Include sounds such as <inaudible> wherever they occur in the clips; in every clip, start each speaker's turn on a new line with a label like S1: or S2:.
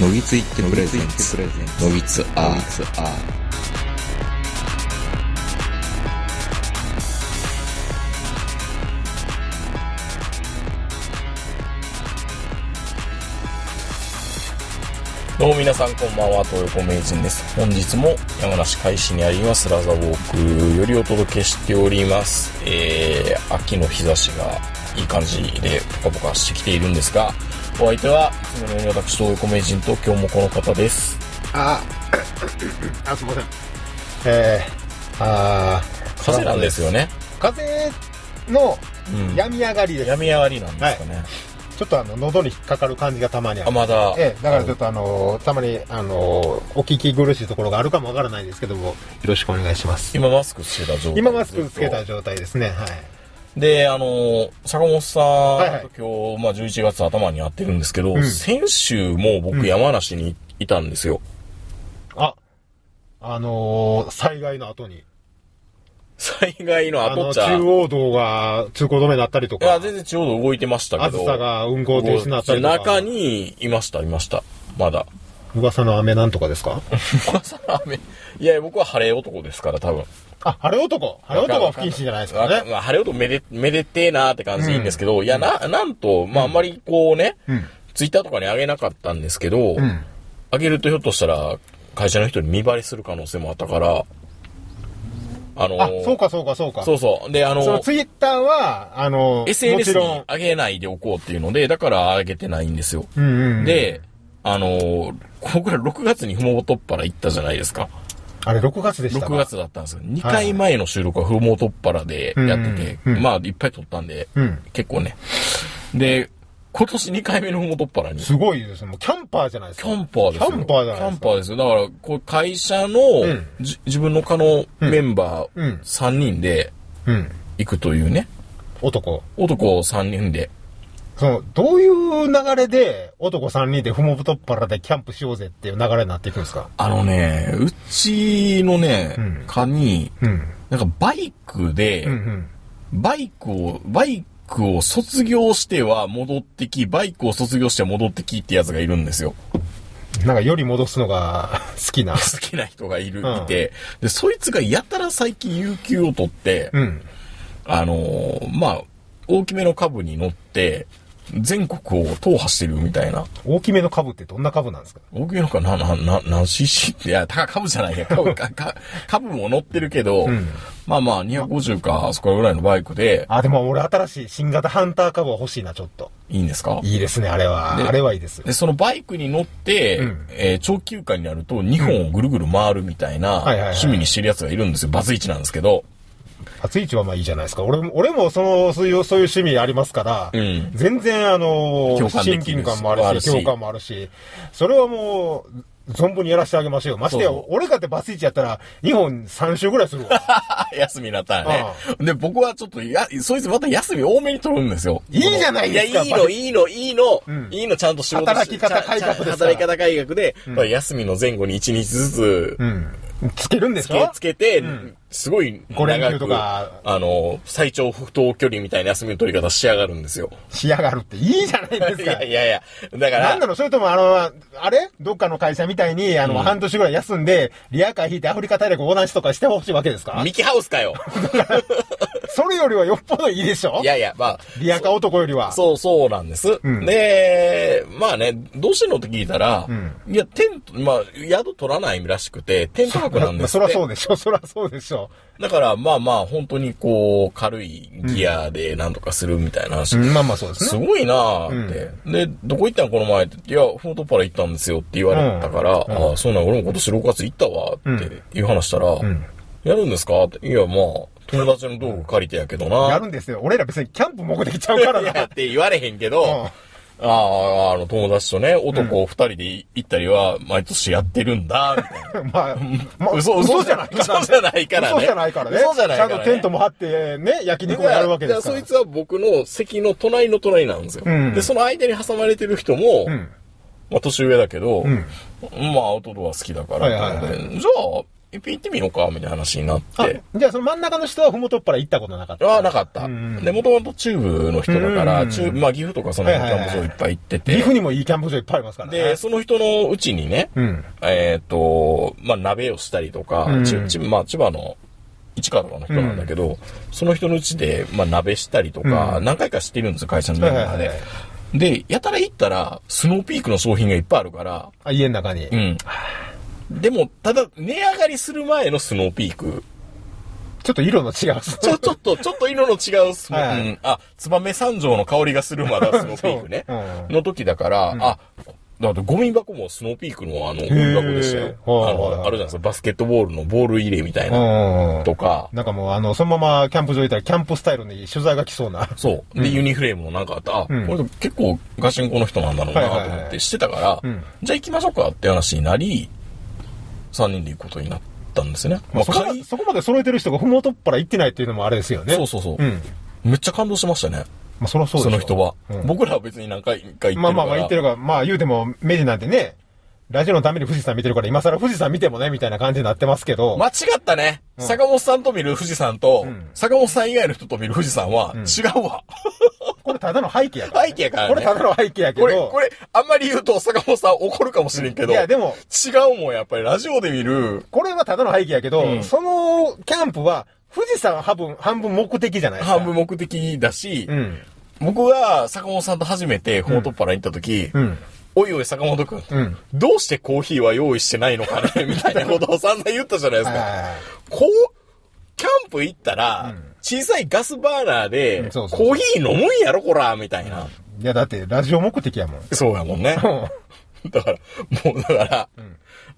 S1: のぎついってプレゼンツのぎつアーツア
S2: どうも皆さんこんばんは、東横名人です。本日も山梨海市にありますラザウォークよりお届けしております。えー、秋の日差しがいい感じでポカポカしてきているんですが、お相手はいつものように私、東横名人と今日もこの方です。
S3: あーあ、すいません。えー、あー
S2: 風なんですよね。
S3: 風の
S2: うん。
S3: 病み上がりです。
S2: 闇上がりなんですかね。
S3: ちょっとあの、喉に引っかかる感じがたまにあ
S2: あ、
S3: る。
S2: まだ。
S3: ええ、だからちょっとあのーたまに、あのーお聞き苦しいところがあるかもわからないですけども、よろしくお願いします。
S2: 今マスクしてた状態。
S3: 今マスクつけた状態ですね。はい。
S2: で、あの、坂本さん
S3: いはい
S2: と今日、まあ11月頭に会ってるんですけど、
S3: ん
S2: 先週も僕山梨にいたんですよ。
S3: あ、あのー災害の後に。
S2: 災害の
S3: あ
S2: 後
S3: の、
S2: っちゃ。
S3: 中
S2: い
S3: 央道が通行止めになったりと
S2: や、
S3: か、
S2: 全然中央道動いてました
S3: あ
S2: けど。
S3: ずさが運行停止になったりとか。
S2: 中にいました、いました。まだ。
S3: 噂の雨なんとかですか
S2: 噂の雨。いや、僕は晴れ男ですから、多分。
S3: あ、晴れ男。晴れ男は不謹慎じゃないですか
S2: わ
S3: ら
S2: か
S3: ね。
S2: まあ、晴れ男めで、めでてえなーって感じでいいんですけど、いや、な、なんと、まあ、あんまりこうね、
S3: うん
S2: ツイッターとかに上げなかったんですけど、
S3: う
S2: あ
S3: ん。
S2: 上げるとひょっとしたら、会社の人に見張りする可能性もあったから、あのー
S3: あ、そうかそうかそうか。
S2: そう
S3: そ
S2: そう。で、あのー
S3: のツイッターは、あの、もち
S2: SNS
S3: ろ
S2: に
S3: ん、
S2: 上げないでおこうっていうので、だから上げてないんですよ。
S3: うんうん。、
S2: で、あのー僕ら6月にふもとっぱら行ったじゃないですか。
S3: あれ6月でした
S2: 6
S3: か。
S2: 月だったんですよ。2回前の収録はふもとっぱらでやってて、
S3: うんうん
S2: まあいっぱい撮ったんで、
S3: うん
S2: 結構ね。で、今年2回目のふもとっぱらに、キ
S3: すごいですね。もうキャンパーじゃないですか。
S2: ャンパーですよ。
S3: キャンパーじゃないで
S2: キャン
S3: す
S2: パ
S3: か。
S2: ーですよ。だから、こう会社の、
S3: ん
S2: じ自分の課のメンバ
S3: うんうん
S2: ー3人で
S3: うん。
S2: 行くというね。
S3: 男。
S2: 男3人で。
S3: その、どういう流れで、男3人でふもとっぱらでキャンプしようぜっていう流れになっていくんですか
S2: あのね、うちのね
S3: うん、
S2: 課に、
S3: うん。
S2: なんかバイクで、
S3: うんうん。
S2: バイクを、バイクを卒業しては戻ってき、バイクを卒業しては戻ってきってやつがいるんですよ。 <laughs>
S3: なんか、より戻すのが <laughs> 好きな。
S2: 好きな人がいる、
S3: うん
S2: いて、で、そいつがやたら最近有給を取って、
S3: うん。
S2: あのーまあ、大きめの株に乗って、全国を踏破してるみたいな。
S3: 大きめの株ってどんな株なんですか
S2: 大きめのかな、な、な、何 cc って、いや、高株じゃないや、株、かか株も乗ってるけど、
S3: ん
S2: まあまあ、250か、あそこらぐらいのバイクで、
S3: あ、でも俺新しい新型ハンター株は欲しいな、ちょっと。
S2: いいんですか
S3: いいですね、あれは。
S2: で
S3: あれはいいです。
S2: で、そのバイクに乗って、
S3: うん
S2: えー長休暇になると2本をぐるぐる回るみたいな、
S3: はいはいはい
S2: 趣味にしてるやつがいるんですよ。バツイチなんですけど。
S3: 初市はまあいいじゃないですか。俺も、俺もその、そういう、そういう趣味ありますから、
S2: うん
S3: 全然あの
S2: 共
S3: ー、
S2: 感で
S3: 親
S2: きる
S3: 近感もあるし、
S2: あるし
S3: 共感もあるし、それはもう、存分にやらせてあげましょうよ。ましてや、
S2: そう
S3: 俺かってバスイチやったら、2本3週ぐらいする
S2: <laughs>
S3: わ。
S2: あ休みになったらね。で、僕はちょっと、や、そいつまた休み多めに取るんですよ。
S3: いいじゃないですか
S2: いや、いいの、いいの、いいの、
S3: うん
S2: いいの、ちゃんと仕事し
S3: 働き方改革ですから
S2: ちゃん働き方改革で、まあ休みの前後に1日ずつ、
S3: うん。つけるんで
S2: つ
S3: す
S2: け
S3: か、
S2: つけて、
S3: ん
S2: すごい
S3: 五連
S2: 長
S3: 休
S2: く
S3: とか
S2: あの、最長不当距離みたいな休みの取り方しやがるんですよ。
S3: しやがるっていいじゃないです
S2: い
S3: か
S2: や。 <laughs> いやいや、だから。
S3: なんなのそれとも、あの、あれどっかの会社みたいに、あの、半年ぐらい休んで、リアカー引いてアフリカ大陸横断しとかしてほしいわけですか
S2: ミキハウスか
S3: <laughs>
S2: よ
S3: それよりはよっぽどいいでしょ
S2: いやいや、ま
S3: リアカー男よりは。
S2: あ、そうそうなんです。
S3: ん
S2: で、まあね、どうしてんのって聞いたら、
S3: ん
S2: いや、テント、まあ、宿取らないらしくて、テント泊なん
S3: <laughs> ま
S2: で
S3: あ
S2: す
S3: そ
S2: っ
S3: ら
S2: て。
S3: そうでしょ、そらそうでしょ。
S2: だから、まあまあ、本当にこう、軽いギアでなんとかするみたいな話。
S3: うん、まあまあそうです
S2: す
S3: ね。
S2: ごいなーって、で、どこ行ったんこの前って。いや、フォートパラ行ったんですよって言われたから、ああ、そうなん、俺も今年6月行ったわっていう話したら、やるんですかって。いや、まあ、友達の道具借りてやけどな。
S3: やるんですよ。俺ら別にキャンプ目的ちゃうか
S2: <laughs>
S3: ら
S2: いやっ
S3: な。
S2: て言われへんけど、ああ、あの、友達とね、男二人で行ったりは、毎年やってるんだ、みたいな。
S3: まあ、まあ、
S2: 嘘嘘
S3: 嘘
S2: じ
S3: じ
S2: ゃ
S3: ゃ
S2: な
S3: ないい
S2: から
S3: から。
S2: 嘘じゃないからね
S3: 嘘じゃな
S2: 嘘じゃない
S3: いからね。
S2: からね
S3: ちゃんとテントも張って、ね、焼肉もやるわけですから。
S2: だからそいつは僕の席の隣の隣なんですよ。
S3: うん
S2: で、その間に挟まれてる人も、
S3: うん。
S2: まあ、年上だけど、
S3: ん
S2: まあ、アウトドア好きだから、
S3: はいはいは
S2: っ
S3: い
S2: てことでじゃあ、一品行ってみようか、みたいな話になっ
S3: あ
S2: て。、
S3: じゃあその真ん中の人はふもとっぱら行ったことなかった。
S2: ああ、なかった。
S3: うんうん
S2: で、もともと中部の人だから、
S3: うんうん
S2: 中、まあ岐阜とかそのキ
S3: はいはいはい
S2: ャンプ場いっぱい行ってて。
S3: 岐阜にもいいキャンプ場いっぱいありますからね。
S2: で、その人のうちにね、
S3: うん。
S2: えっ、と、まあ、鍋をしたりとか、
S3: うん
S2: ちちまあ、千葉の市川とかの人なんだけど、その人のうちで、まあ、鍋したりとか、
S3: うん
S2: 何回かしてるんですよ、会社のメンバーで。
S3: はいはいは
S2: で、やたら行ったら、スノーピークの商品がいっぱいあるから、
S3: あ、家の中に。
S2: うん。でも、ただ、値上がりする前のスノーピーク。
S3: ちょっと色の違う。 <laughs>
S2: ちょ、ちょっと、ちょっと色の違うスノー、
S3: はい。
S2: うんあ、ツバメ三条の香りがするまだスノーピークね
S3: そううん
S2: の時だから、あ、だってゴミ箱もスノーピークのあの、ゴミ箱でしたよ。あ
S3: はいはいはい
S2: の、あるじゃないですか、バスケットボールのボール入れみたいな。
S3: うん。
S2: とか、
S3: なんかもう、あの、そのままキャンプ場行ったら、キャンプスタイルに取材が来そうな。
S2: そう。で、ユニフレームもなんかあった。あ、
S3: うん
S2: これ結構ガシンコの人なんだろうな
S3: はい
S2: と
S3: はい
S2: 思っ
S3: は
S2: て
S3: い
S2: してたから
S3: ん、
S2: じゃあ行きましょうかって話になり、3人で行くことになったんですよね。まあ、
S3: そこま
S2: 会
S3: で、そこまで揃えてる人がふもとっぱら行ってないっていうのもあれですよね。
S2: そうそうそう。
S3: うん。
S2: めっちゃ感動しましたね。
S3: まあ、そりゃそうでし
S2: そ
S3: ょ
S2: の人は、
S3: うん
S2: 僕らは別に何回か行ってるから。
S3: まあまあまあ言ってるから、まあ言うても、メディなんてね、ラジオのために富士山見てるから、今更富士山見てもね、みたいな感じになってますけど、
S2: 間違ったね。坂本さんと見る富士山と、
S3: ん
S2: 坂本さん以外の人と見る富士山は違うわ。
S3: これただの背景やから、
S2: 背景やからね
S3: これただの背景やけ
S2: こ
S3: ど、
S2: れ、これ、あんまり言うと坂本さん怒るかもしれんけど、
S3: いやでも
S2: 違うもん、やっぱりラジオで見る、
S3: これはただの背景やけど、
S2: うん
S3: そのキャンプは、富士山は半分、半分目的じゃないですか。
S2: 半分目的だし、
S3: うん。
S2: 僕が坂本さんと初めて、ふもとっぱら行った時、
S3: うん。
S2: おいおい坂本くん,、
S3: うん
S2: どうしてコーヒーは用意してないのかねみたいなことを散々言ったじゃないです
S3: はいはいは
S2: か
S3: い。
S2: こう、キャンプ行ったら、小さいガスバーナー
S3: う
S2: で、
S3: ん
S2: コ
S3: そうそうそう
S2: ーヒー飲むんやろ、こら、みたいな。
S3: いや、だって、ラジオ目的やもん。
S2: そうやも <laughs> んね。だから、もうだから、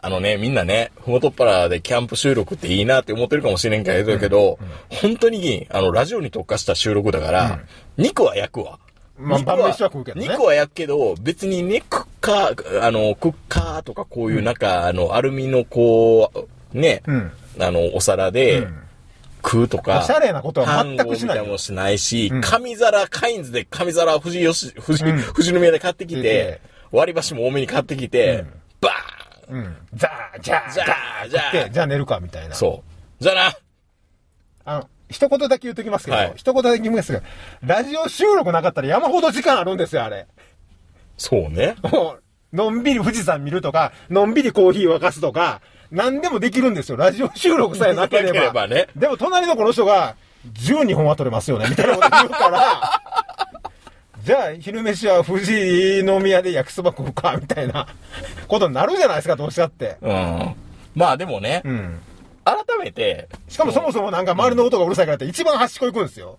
S2: あのね、みんなね、ふもとっぱらでキャンプ収録っていいなって思ってるかもしれんけど、けど本当に、あの、ラジオに特化した収録だから、肉は焼くわ。
S3: まあ
S2: 肉は
S3: 晩飯は食うけどね
S2: 肉は焼くけど、別にね、クッカー、あの、クッカーとかこういうなんか、あの、アルミのこう、ね、
S3: うん
S2: あの、お皿で、食うとか。
S3: おしゃれなことは全くしな
S2: 飯盒みたい
S3: い
S2: なもんしないし、
S3: ん
S2: 紙皿、カインズで紙皿、富士吉、富士、
S3: うん
S2: 富士宮で買ってき
S3: で
S2: て
S3: で、
S2: 割り箸も多めに買ってきて、バー
S3: うん。じゃあ、じゃあ、
S2: ンじゃあ、じゃ
S3: で、
S2: あ、
S3: じゃあ寝るか、みたいな。
S2: そう。じゃあな
S3: あの、一言だけ言っときますけど、
S2: はい
S3: 一言だけ言いますけど、ラジオ収録なかったら山ほど時間あるんですよ、あれ。
S2: そうね。
S3: もう、のんびり富士山見るとか、のんびりコーヒー沸かすとか、何でもできるんですよ。ラジオ収録さえなければ。
S2: なければね
S3: でも、隣のこの人が、12本は取れますよね、みたいなこと言うから、じゃあ、昼飯は富士宮で焼きそば食うか、みたいなことになるじゃないですか、どうしたって。
S2: うん。まあでもね、
S3: うん。
S2: 改めて、
S3: しかもそもそもなんか周りの音がうるさいからって一番端っこ行くんですよ。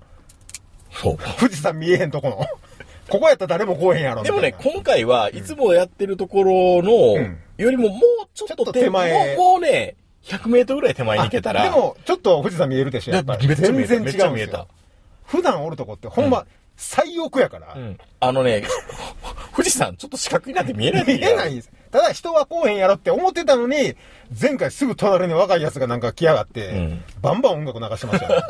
S2: そう。
S3: 富士山見えへんとこの。 <laughs> ここやったら誰も来えへんやろみ
S2: で
S3: たい
S2: も
S3: な。
S2: ね、今回はいつもやってるところの、
S3: ん
S2: よりももうちょっ
S3: ちょ
S2: と
S3: っと
S2: 手
S3: 手前
S2: 前、もうもうね、100メートルぐらい手前に行けたら、
S3: あでも、ちょっと富士山見えるでしょ、やっぱり。
S2: めっちゃ見え
S3: 全
S2: た
S3: 然違うん
S2: め
S3: で
S2: っちゃ見え
S3: す
S2: た
S3: よ。普段おるとこって、ほんま、最奥やから、
S2: あのね、 <laughs> 富士山ちょっと四角になって見えない
S3: 見えないんです。ただ人は来おへんやろって思ってたのに、前回すぐ隣に若いやつがなんか来やがって、
S2: ん
S3: バンバン音楽流してましたよ、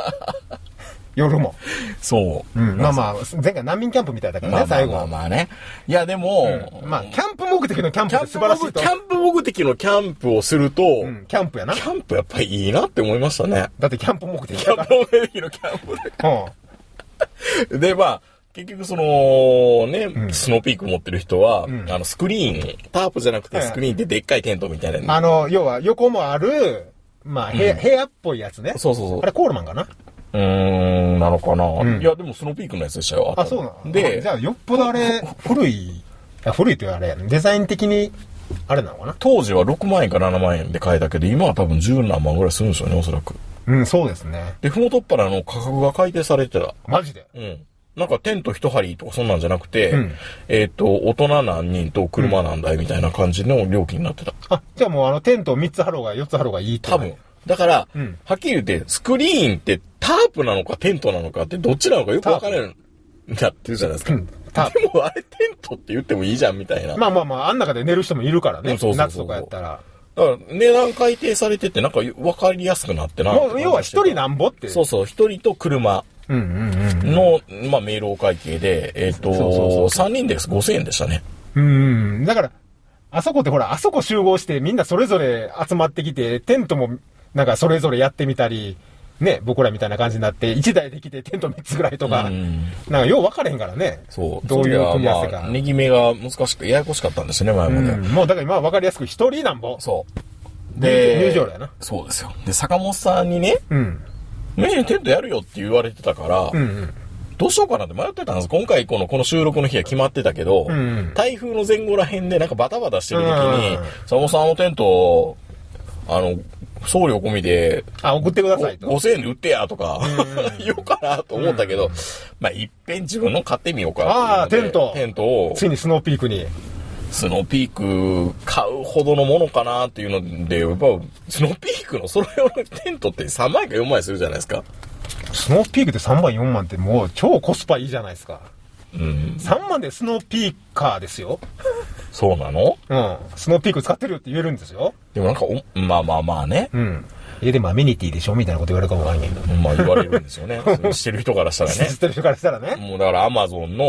S3: <laughs> 夜も。
S2: そう。
S3: うんまあまあ、前回難民キャンプみたいだからね、
S2: まあまあ
S3: 最後
S2: まあ
S3: は。
S2: まあね。いやでも、
S3: まあ、キャンプ目的のキャン
S2: キャ
S3: プって
S2: ン
S3: 素
S2: プ
S3: 晴らしい
S2: 目
S3: と。
S2: キャンプ目的のキャンプをすると、
S3: うん、キャンプやな
S2: キ。ャンプやっぱりいいなって思いましたね。
S3: だってキャンプ目的
S2: キ
S3: や
S2: ャ
S3: か
S2: ンプ目的のキャン
S3: ら。うん。
S2: プで。で、まあ、結局その、ね、
S3: ん
S2: スノーピーク持ってる人は、
S3: ん
S2: あの、スクリーン、タープじゃなくて
S3: はい
S2: スクリーンででっかいテントみたいなの。
S3: あの、要は横もある、まあ部屋、部屋っぽいやつね。
S2: そうそうそう
S3: あれコールマンかな
S2: うーん、なのかな、
S3: うん
S2: いや、でもスノーピークのやつでしたよ。
S3: あ、
S2: と
S3: そうなの
S2: で、
S3: あじゃあよっぽどあれ、古い、あ古いというあれ、デザイン的に、あれなのかな
S2: 当時は6万円か7万円で買えたけど、今は多分10何万ぐらいするんでしょうね、おそらく。
S3: うん、そうですね。
S2: で、ふもとっぱらの価格が改定されてた。
S3: マジで。
S2: うん。なんかテント一針とかそんなんじゃなくて、
S3: うん
S2: えっ、と、大人何人と車何台みたいな感じの料金になってた。
S3: あ、じゃあもうあのテント3つ張ろうが4つ張ろうがいいってこ
S2: 多
S3: と
S2: 分。だから、
S3: うん
S2: はっきり言って、スクリーンってタープなのかテントなのかってどっちなのかよく分からんなってるじゃないですか。
S3: うんタープ
S2: でもあれテントって言ってもいいじゃんみたいな。
S3: まあまあまあ、あん中で寝る人もいるから
S2: うん
S3: ね。
S2: そうそう
S3: 夏
S2: そうそう
S3: とかやったら。
S2: だから値段改定されててなんか分かりやすくなってな。
S3: もう、要は一人なんんぼって。
S2: そうそう、一人と車。
S3: うんうん
S2: の、まあ、明朗会計で、えっ、と、
S3: そうそうそう
S2: 3人です。5000円でしたね。
S3: うん。うん。だから、あそこってほら、あそこ集合してみんなそれぞれ集まってきて、テントもなんかそれぞれやってみたり、ね、僕らみたいな感じになって、1台できてテント3つぐらいとか、
S2: うん
S3: なんかよう分かれへんからね。
S2: そう。
S3: どういう組み合
S2: そ
S3: わせ
S2: れ
S3: か。
S2: はまあネギ目が難しく、ややこしかったんですよね、前
S3: う
S2: まで。
S3: ん、もうだから今は分かりやすく、1人なんぼ。
S2: そう。
S3: 入
S2: で、
S3: 場料やな。
S2: そうですよ。で、坂本さんにね、
S3: うん。
S2: 無事にテントやるよって言われてたから、
S3: うんうん。
S2: どうしようかなって迷ってたんです。今回この、この収録の日は決まってたけど、
S3: うんうん
S2: 台風の前後ら辺でなんかバタバタしてる時に
S3: うん、
S2: 坂本さんのテント、あの、送料込みで、
S3: あ、送ってください
S2: ご
S3: と。
S2: 5000円で売ってやとか、 <laughs> 言おうかなと思ったけど、まあ、いっぺん自分の買ってみようか
S3: あー
S2: っていうので
S3: テ
S2: テ
S3: ン
S2: ントを、
S3: ついにスノーピークに。
S2: スノーピーク買うほどのものかなっていうので、やっぱ、スノーピークのそれ用のテントって3枚か4枚するじゃないですか。
S3: スノーピークで3万4万ってもう超コスパいいじゃないですか。
S2: うん。
S3: 3万でスノーピーカーですよ。
S2: そうなの
S3: うん。スノーピーク使ってるよって言えるんですよ。
S2: でもなんかお、まあまあまあね。
S3: うん。いやでもアメニティでしょみたいなこと言われるかもわからんけど。
S2: まあ言われるんですよね。それしてる人からしたらね
S3: 知。ってる人からしたらね。
S2: もうだからアマゾン
S3: ん
S2: の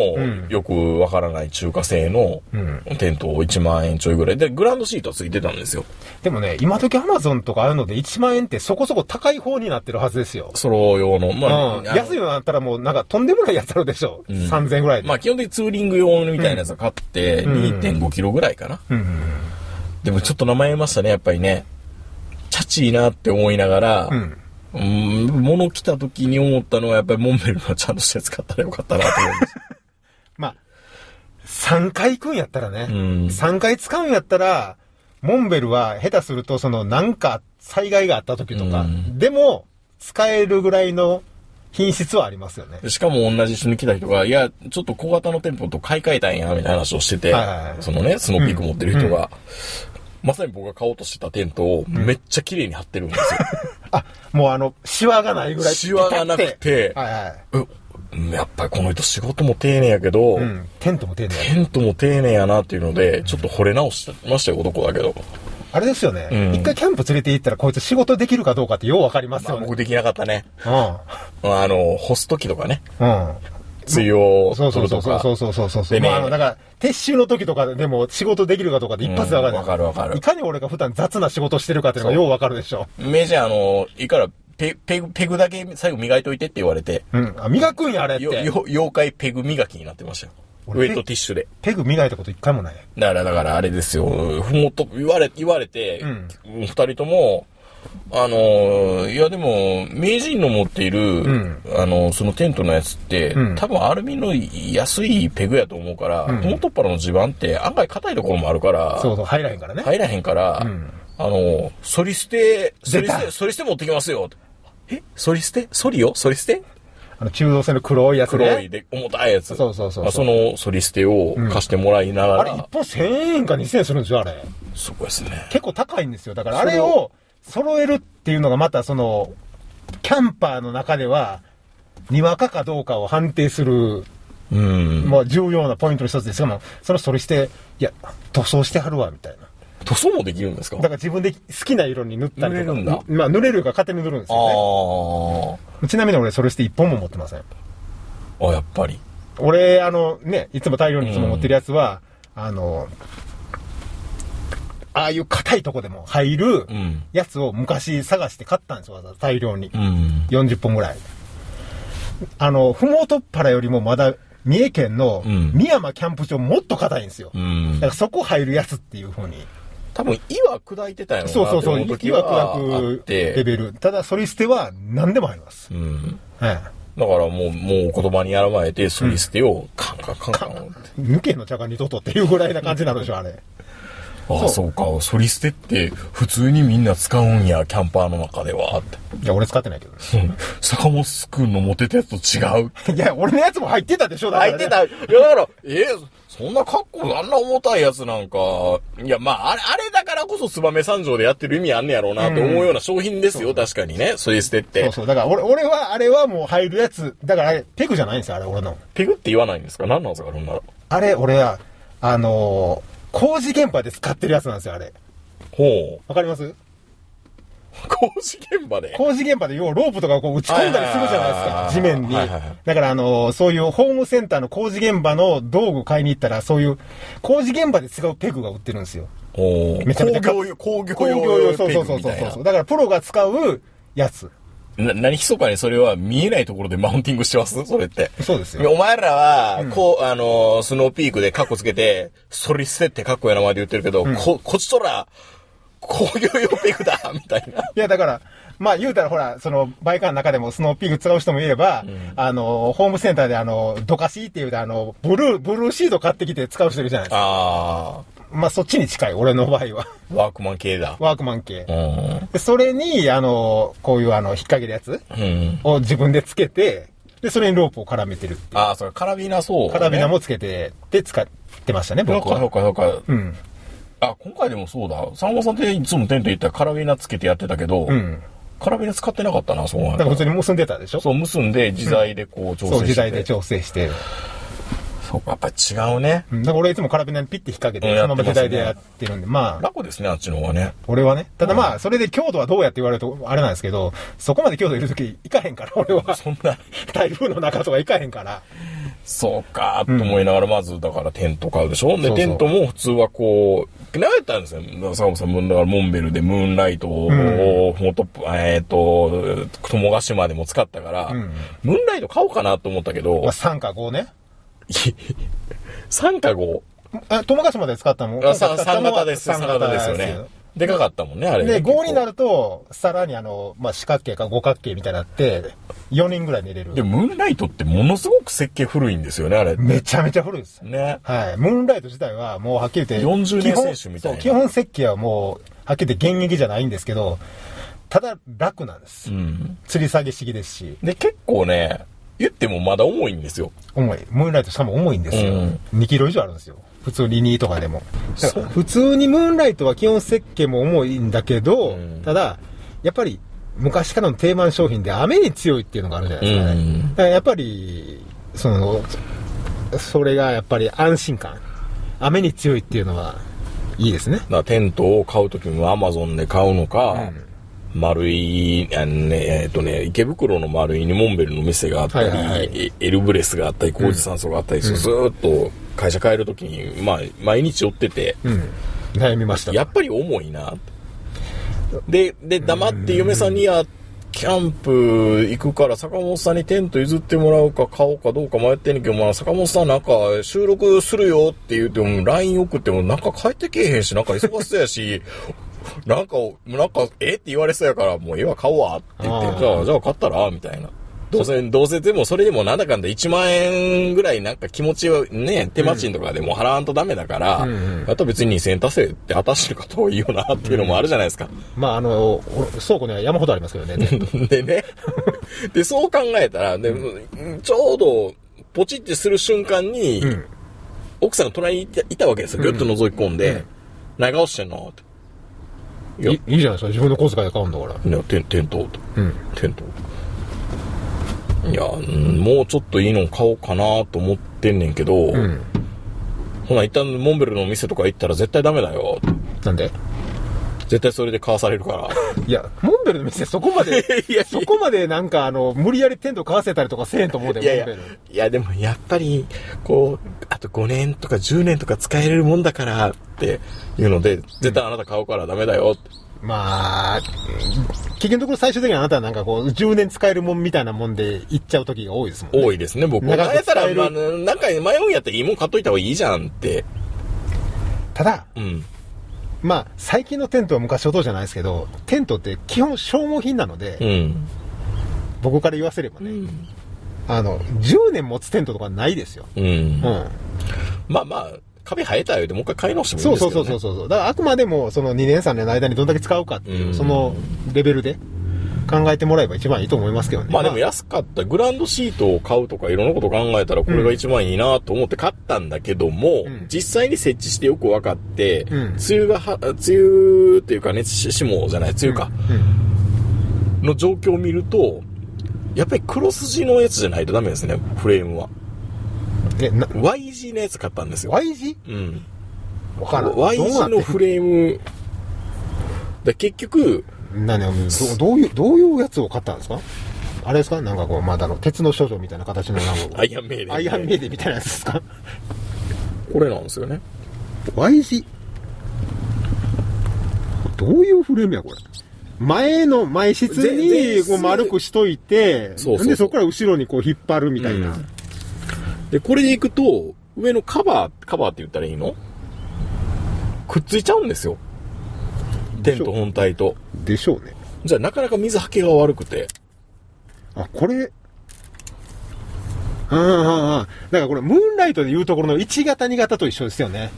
S2: よくわからない中華製の
S3: うん
S2: テントを1万円ちょいぐらいで、グランドシートはついてたんですよ。
S3: でもね、今時アマゾンとかああいうので1万円ってそこそこ高い方になってるはずですよ。
S2: ソロ用の。
S3: う
S2: まあ、
S3: ん。
S2: あの
S3: 安いのだったらもうなんかとんでもないやつあるでしょ。
S2: ん
S3: 3000円ぐらいで。
S2: まあ基本的にツーリング用みたいなやつを買って、
S3: うん
S2: 2.5キロぐらいかな。
S3: うんうん
S2: でもちょっと名前言いましたね、やっぱりね。チャチいなって思いながら、
S3: う。
S2: うん、
S3: うんん。
S2: 物来た時に思ったのは、やっぱりモンベルのはちゃんとして使ったらよかったなと思いました。
S3: まあ、3回行くんやったらね、
S2: うん
S3: 3回使うんやったら、モンベルは下手すると、そのなんか災害があった時とか、
S2: うん
S3: でも使えるぐらいの品質はありますよね。
S2: しかも同じ一緒に来た人が、いや、ちょっと小型の店舗と買い替えたんや、みたいな話をしてて、
S3: はいはいはい
S2: そのね、スノーピーク持ってる人が、まさに僕が買おうとしてたテントをめっちゃ綺麗に貼ってるんですよ。
S3: あ、もうあの、シワがないぐらい。
S2: シワがなくて
S3: はいはい。
S2: <laughs> えやっぱりこの人仕事も丁寧やけど、
S3: うん。テントも丁寧。
S2: テントも丁寧やなっていうので、ちょっと惚れ直してましたよ、男だけど。
S3: あれですよね。
S2: うん
S3: 一回キャンプ連れて行ったら、こいつ仕事できるかどうかってようわかります
S2: まあ
S3: よね
S2: 僕。できなかったね。あの、干す時とかね、
S3: うん。うん。
S2: 水を
S3: そうそ
S2: 取
S3: う
S2: ると
S3: そうそう
S2: か。
S3: そうそうそうそうそう。
S2: でね
S3: まあ、あの、だから、撤収の時とかでも仕事できるかどうかで一発でわか
S2: う
S3: る、
S2: んわかるわかる
S3: いかに俺が普段雑な仕事してるかっていうのがようわかるでしょ。
S2: メジャーの、いいから、ペペグ、ペグだけ最後磨いといてって言われて、
S3: うん。あ、磨くんや、あれっ
S2: よ、
S3: て。
S2: よ、妖怪ペグ磨きになってましたよ。ウ
S3: 俺
S2: ェットティッシュで。
S3: ペグ磨いたこと一回もない。
S2: だから、だからあれですよ、ふもと、言われ、言われて、
S3: うん
S2: 二人とも、あのー、いやでも、名人の持っている、
S3: ん
S2: あのー、そのテントのやつって、
S3: うん
S2: 多分アルミの安いペグやと思うから、トモトッパラの地盤って案外硬いところもあるから、
S3: そうそう、入らへんからね。
S2: 入らへんから、
S3: ん
S2: あの、ソリ捨て、ソリ捨
S3: 出た
S2: て、ソリ捨て持ってきますよ。えソリ捨てソリよソリ捨て
S3: あの、中道線の黒いやつね。
S2: 黒いで、重たいやつ。
S3: そうそうそうそう
S2: まあ、そのソリ捨てを貸してもらいなが
S3: あれ、
S2: ら、
S3: 一本1000円か2000円するんですよ、あれ。
S2: すごいですね。
S3: 結構高いんですよ。だから、あれを揃えるっていうのがまた、その、キャンパーの中では、にわかかどうかを判定する、
S2: うん。
S3: まあ、重要なポイントの一つですけども、それをそれして、いや、塗装してはるわ、みたいな。
S2: 塗装もできるんですか
S3: だから自分で好きな色に塗ったり
S2: 塗れる
S3: とか。
S2: んだ
S3: まあ、塗れるか勝手に塗るんです
S2: あ
S3: よ
S2: ー
S3: ね。ちなみに俺、それして一本も持ってません。
S2: あ、やっぱり。
S3: 俺、あの、ね、いつも大量にいつも持ってるやつは、あの、ああいう硬いとこでも入る
S2: うん
S3: やつを昔探して買ったんですよ、わざわざ大量に。
S2: うん。
S3: 40本ぐらい。あの、ふもとっぱらよりもまだ、三重県の
S2: うん
S3: 三山キャンプ場もっと硬いんですよ。
S2: う
S3: だ
S2: ん
S3: か。らそこ入るやつっていう風に。
S2: 多分、岩砕いてたよなって
S3: そうそうそう、
S2: 思時
S3: い
S2: は
S3: わく
S2: あ
S3: わ
S2: っ
S3: くレ
S2: て。
S3: ベル。ただ、ソリ捨ては何でも入ります。
S2: うん。
S3: え
S2: だからもう、もう言葉に表れて、ソリ捨てをカンカンカンカンって。
S3: え抜けの茶が二度とっていうぐらいな感じになるでしょ、あれ。
S2: ああ、そうか。ソリ捨てって普通にみんな使うんや、キャンパーの中では。って
S3: いや、俺使ってないけどね。 <laughs>
S2: 坂本くんの持てたやつと違う。
S3: いや、俺のやつも入ってたでしょ、だからね。
S2: いや、だから、ええそんな格好、あんな重たいやつなんか、いや、まあ、あれ、あれだからこそ、燕三条でやってる意味あんねやろうな、と思うような商品ですよ、確かにね。ソリ捨てっ
S3: そ
S2: て
S3: う。そう。だから俺、俺は、あれはもう入るやつ。だからあれ、ペグじゃないんですよ、あれ、俺の。
S2: ペグって言わないんですか何なんですかそんなら。
S3: あれ、俺は、あのー工事現場で使ってるやつなんですよ、あれ。
S2: ほ
S3: わかります
S2: う。工事現場で。
S3: 工事現場で要はロープとかこう打ち込んだりするじゃないですか、地
S2: はいはいはい
S3: 面に。
S2: はいはいはい
S3: だからあのーそういうホームセンターの工事現場の道具買いに行ったら、そういう工事現場で使うペグが売ってるんですよ。
S2: おー
S3: めちゃめちゃか
S2: 工業用、工業
S3: 工業
S2: 用
S3: 用、
S2: ペ
S3: そうそう
S2: グ
S3: そう
S2: み
S3: そう
S2: たい
S3: そう。
S2: な。
S3: だからプロが使うやつ。
S2: な、何ひそかにそれは見えないところでマウンティングしてますそれって。
S3: そうですよ。
S2: お前らは、こう、あのー、スノーピークでカッコつけて、そり捨てってカッコやなまで言ってるけど、こ、こっちとら、工業用ペグだみ <laughs> たいな。
S3: いや、だから、まあ言うたらほら、そのバイカーの中でもスノーピーク使う人もいれば、あのー、ホームセンターであのー、ドカシーっていうであのー、ブルー、ブルーシート買ってきて使う人いるじゃないですか。
S2: あ
S3: まあそっちに近い、俺の場合は。
S2: ー、ワークマン系だ。
S3: ワークマン系
S2: う。ん。
S3: でそれに、あのー、こういうあの、引っ掛けるやつ
S2: うん。
S3: を自分でつけて、で、それにロープを絡めてるっていう。
S2: ああ、それカラビナそう、
S3: カラビナ
S2: も。
S3: もつけて、で、使ってましたね、
S2: そう
S3: 僕
S2: か、
S3: は。
S2: そうか、そうか。
S3: うん。
S2: あ、今回でもそうだ。さんまさんっていつもテント行ったらカラビナつけてやってたけど、
S3: うん。
S2: カラビナ使ってなかったな、そうなん
S3: だから普
S2: だ。
S3: 通に結んでたでしょ
S2: そう、結んで、自在でこう、調整して。
S3: そう、時代で調整して。
S2: そうか、やっぱ違うね。
S3: うん。だから俺いつもカラビナにピッて引っ掛け
S2: うん
S3: て、そのまま
S2: やってま
S3: 時
S2: すね
S3: 代でやってるんで、まあ、
S2: 楽ですね、あっちの方はね。
S3: 俺はね。ただまあ、それで強度はどうやって言われると、あれなんですけど、そこまで強度いるとき行かへんから、俺は。
S2: そんな、
S3: 台風の中とか行かへんから。
S2: そうか、と思いながら、まず、だからテント買うでしょで、
S3: そうそう
S2: テントも普通はこう、なめたんですよ。だから坂本さんも、だからモンベルでムーンライトを、もっと、えっ、と、友ヶ島でも使ったから、
S3: ん
S2: ムーンライト買おうかなと思ったけど、
S3: まあ、3か5ね。
S2: 3か5。
S3: あ、友ヶ島で使ったの
S2: あさ三型です。
S3: 三
S2: 三型ですよね。でかかったもんね、あれ。
S3: で、5にな
S2: る。
S3: ると、さらにあの、まあ、四角形か五角形みたいになって、4人ぐらい寝れる。
S2: で、ムーンライトってものすごく設計古いんですよね、あれ。
S3: めちゃめちゃ古いです。
S2: ね。
S3: はい。ムーンライト自体はもうはっきり言って、
S2: 40年
S3: 基本
S2: 選手みたいな
S3: そう基本設計はもう、はっきり言って現役じゃないんですけど、ただ楽なんで
S2: う
S3: す。
S2: ん。
S3: 吊り下げ式ですし、
S2: で、結構ね、言ってもまだ重いんですよ。
S3: 重い。ムーンライトしかも重いんですよ。
S2: うん
S3: 2キロ以上あるんですよ。普通に2とかでも。だ
S2: そ
S3: か
S2: う
S3: ら普通にムーンライトは基本設計も重いんだけど、
S2: うん
S3: ただ、やっぱり昔からの定番商品で雨に強いっていうのがあるじゃないですかね。
S2: うん
S3: だからやっぱり、その、それがやっぱり安心感。雨に強いっていうのは、いいですね。
S2: だからテントを買うときもアマゾンで買うのか、丸い、あのね、えっとね、池袋の丸いにモンベルの店があったり、
S3: はいはいは
S2: エルブレスがあったり、工事酸素があったりする、ずーっと会社帰るときに、まあ、毎日寄ってて、
S3: うん。悩みました。
S2: やっぱり重いな。で、で、黙って嫁さんには、キャンプ行くから坂本さんにテント譲ってもらうか買おうかどうか迷ってんねんけど、まあ、坂本さんなんか収録するよって言っても LINE 送ってもなんか帰ってけえへんし、なんか忙しそうやし、なんか、なんか、えって言われそうやから、もうええわ、買おうわって言って、
S3: あー
S2: じゃあ、じゃあ買ったらみたいな。どうせ、どうせでもそれでもなんだかんだ1万円ぐらいなんか気持ちはね、手間賃とかでも払わんとダメだから、
S3: うんうん
S2: あと別に2000円足せって私のことを言うなっていうのもあるじゃないですか。
S3: まあ、あの、倉庫には山ほどありますけどね。
S2: でね。で、そう考えたら、でちょうど、ポチってする瞬間に、
S3: うん。
S2: 奥さんが隣にいたいたわけですよ。ぐっと覗き込んで、長押してんのって。いや
S3: いいいじゃないですか。自分の小遣いで買うんだから。
S2: いや、テンテントと。
S3: うん。
S2: テントいや、うんもうちょっといいの買おうかなと思ってんねんけど、
S3: うん。
S2: ほな、一旦モンベルのお店とか行ったら絶対ダメだよ。
S3: なんで
S2: 絶対それで買わされるから。
S3: いや、モンベルの店そこまで
S2: <laughs> いや、
S3: そこまでなんかあの、無理やりテント買わせたりとかせえんと思うで、
S2: いやい
S3: モ
S2: や
S3: ンベル。、
S2: いやでもやっぱり、こう、あと5年とか10年とか使えるもんだからっていうので、絶対あなた買うからダメだよって。
S3: まあ、結局のところ最終的にはあなたはなんかこう、10年使えるもんみたいなもんで行っちゃう時が多いですもん、ね。
S2: 多いですね、僕。
S3: 長
S2: や
S3: く
S2: った
S3: 使
S2: ら、
S3: える
S2: まあ、なんか迷うんやったらいいもん買っといた方がいいじゃんって。
S3: ただ、
S2: うん。
S3: まあ、最近のテントは昔ほどじゃないですけど、テントって基本消耗品なので、
S2: うん。
S3: 僕から言わせればね、あの、10年持つテントとかないですよ。
S2: うん
S3: うん。。
S2: まあまあ、カビ生えたよでもう一回買い直してもいい
S3: そ
S2: んです
S3: うそ
S2: けど、
S3: う
S2: ね。
S3: そうそうそう。だからあくまでもその2年3年の間にどんだけ使うかっていう、
S2: うん
S3: そのレベルで考えてもらえば一番いいと思いますけどね。
S2: まあでも安かった、グランドシートを買うとかいろんなこと考えたらこれが一番いいなと思って買ったんだけども、
S3: うん
S2: 実際に設置してよく分かって、
S3: ん
S2: 梅雨がは、梅雨っていうかね、し霜じゃない、梅雨か、
S3: うん
S2: の状況を見ると、やっぱり黒筋のやつじゃないとダメですね、フレームは。
S3: え、な、
S2: Y 字のやつ買ったんですよ。
S3: Y 字
S2: うん。
S3: わからん。
S2: Y
S3: どうな
S2: 字
S3: って
S2: のフレーム、だ結局、
S3: なね、どどういう、どういうやつを買ったんですかあれですかなんかこう、まだの、鉄の少女みたいな形のなんか
S2: アイアンメイデン。
S3: アイアンメイデンみたいなやつですか
S2: これなんですよね。
S3: Y 字。どういうフレームや、これ。前の、前室
S2: 前
S3: に
S2: 前室
S3: こう丸くしといて、
S2: そうそうそうん
S3: でそこから後ろにこう引っ張るみたいな。
S2: うんで、これでいくと、上のカバー、カバーって言ったらいいのくっついちゃうんですよ。テント本体と。
S3: でしょうね。
S2: じゃあ、なかなか水はけが悪くて。
S3: あ、これ、うんうんうん。だからこれ、ムーンライトで言うところの1型2型と一緒ですよね。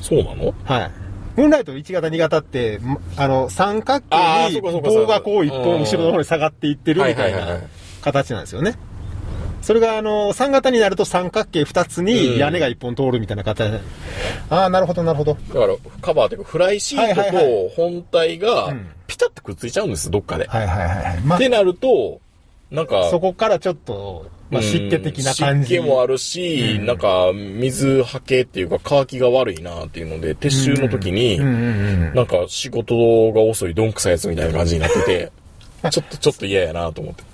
S2: そうなの
S3: はい。ムーンライト1型2型って、まあの、三角
S2: あー
S3: 形
S2: そうか
S3: に
S2: そうかそうか
S3: 棒がこう一
S2: うん
S3: 本後ろの方に下がっていってるみたい
S2: はいはいは
S3: ない
S2: はい
S3: 形なんですよね。それが、あの、3型になると三角形2つ
S2: うん
S3: に屋根が1本通るみたいな形。ああ、なるほど、なるほど。
S2: だから、カバーというか、フライシー
S3: はい
S2: ト
S3: はい
S2: と
S3: は
S2: 本体が
S3: うん、
S2: ピタッとくっついちゃうんです、どっかで。
S3: はいはいはいはい。ま
S2: ってなると、なんか、
S3: あ、そこからちょっと、まあ、湿気的な感じ。
S2: 湿気もあるし、
S3: うん
S2: なんか、水はけっていうか、乾きが悪いなっていうので、撤収の時に、
S3: うんうんうん。
S2: なんか仕事が遅いどんくさいやつみたいな感じになってて、ちょっとちょっと嫌やなと思って。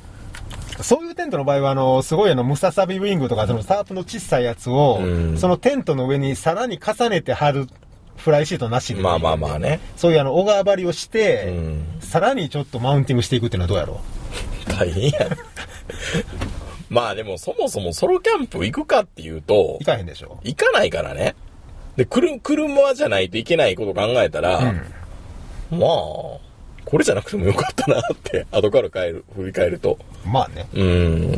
S3: そういうテントの場合は、あの、すごいあの、ムササビウィングとか、そのタープの小さいやつを、
S2: うん
S3: そのテントの上にさらに重ねて貼るフライシートなしで。
S2: まあまあまあね。
S3: そういうあの、小川張りをし
S2: う
S3: て、
S2: ん。
S3: さらにちょっとマウンティングしていくっていうのはどうやろ
S2: 大変やね。まあでもそもそもソロキャンプ行くかっていうと
S3: うい、かへんでしょ
S2: 行かないからね。で、くる車じゃないといけないこと考えたら、まあ、これじゃなくてもよかったなって、 <laughs> 後から帰る、振り返ると。
S3: まあね。
S2: うん。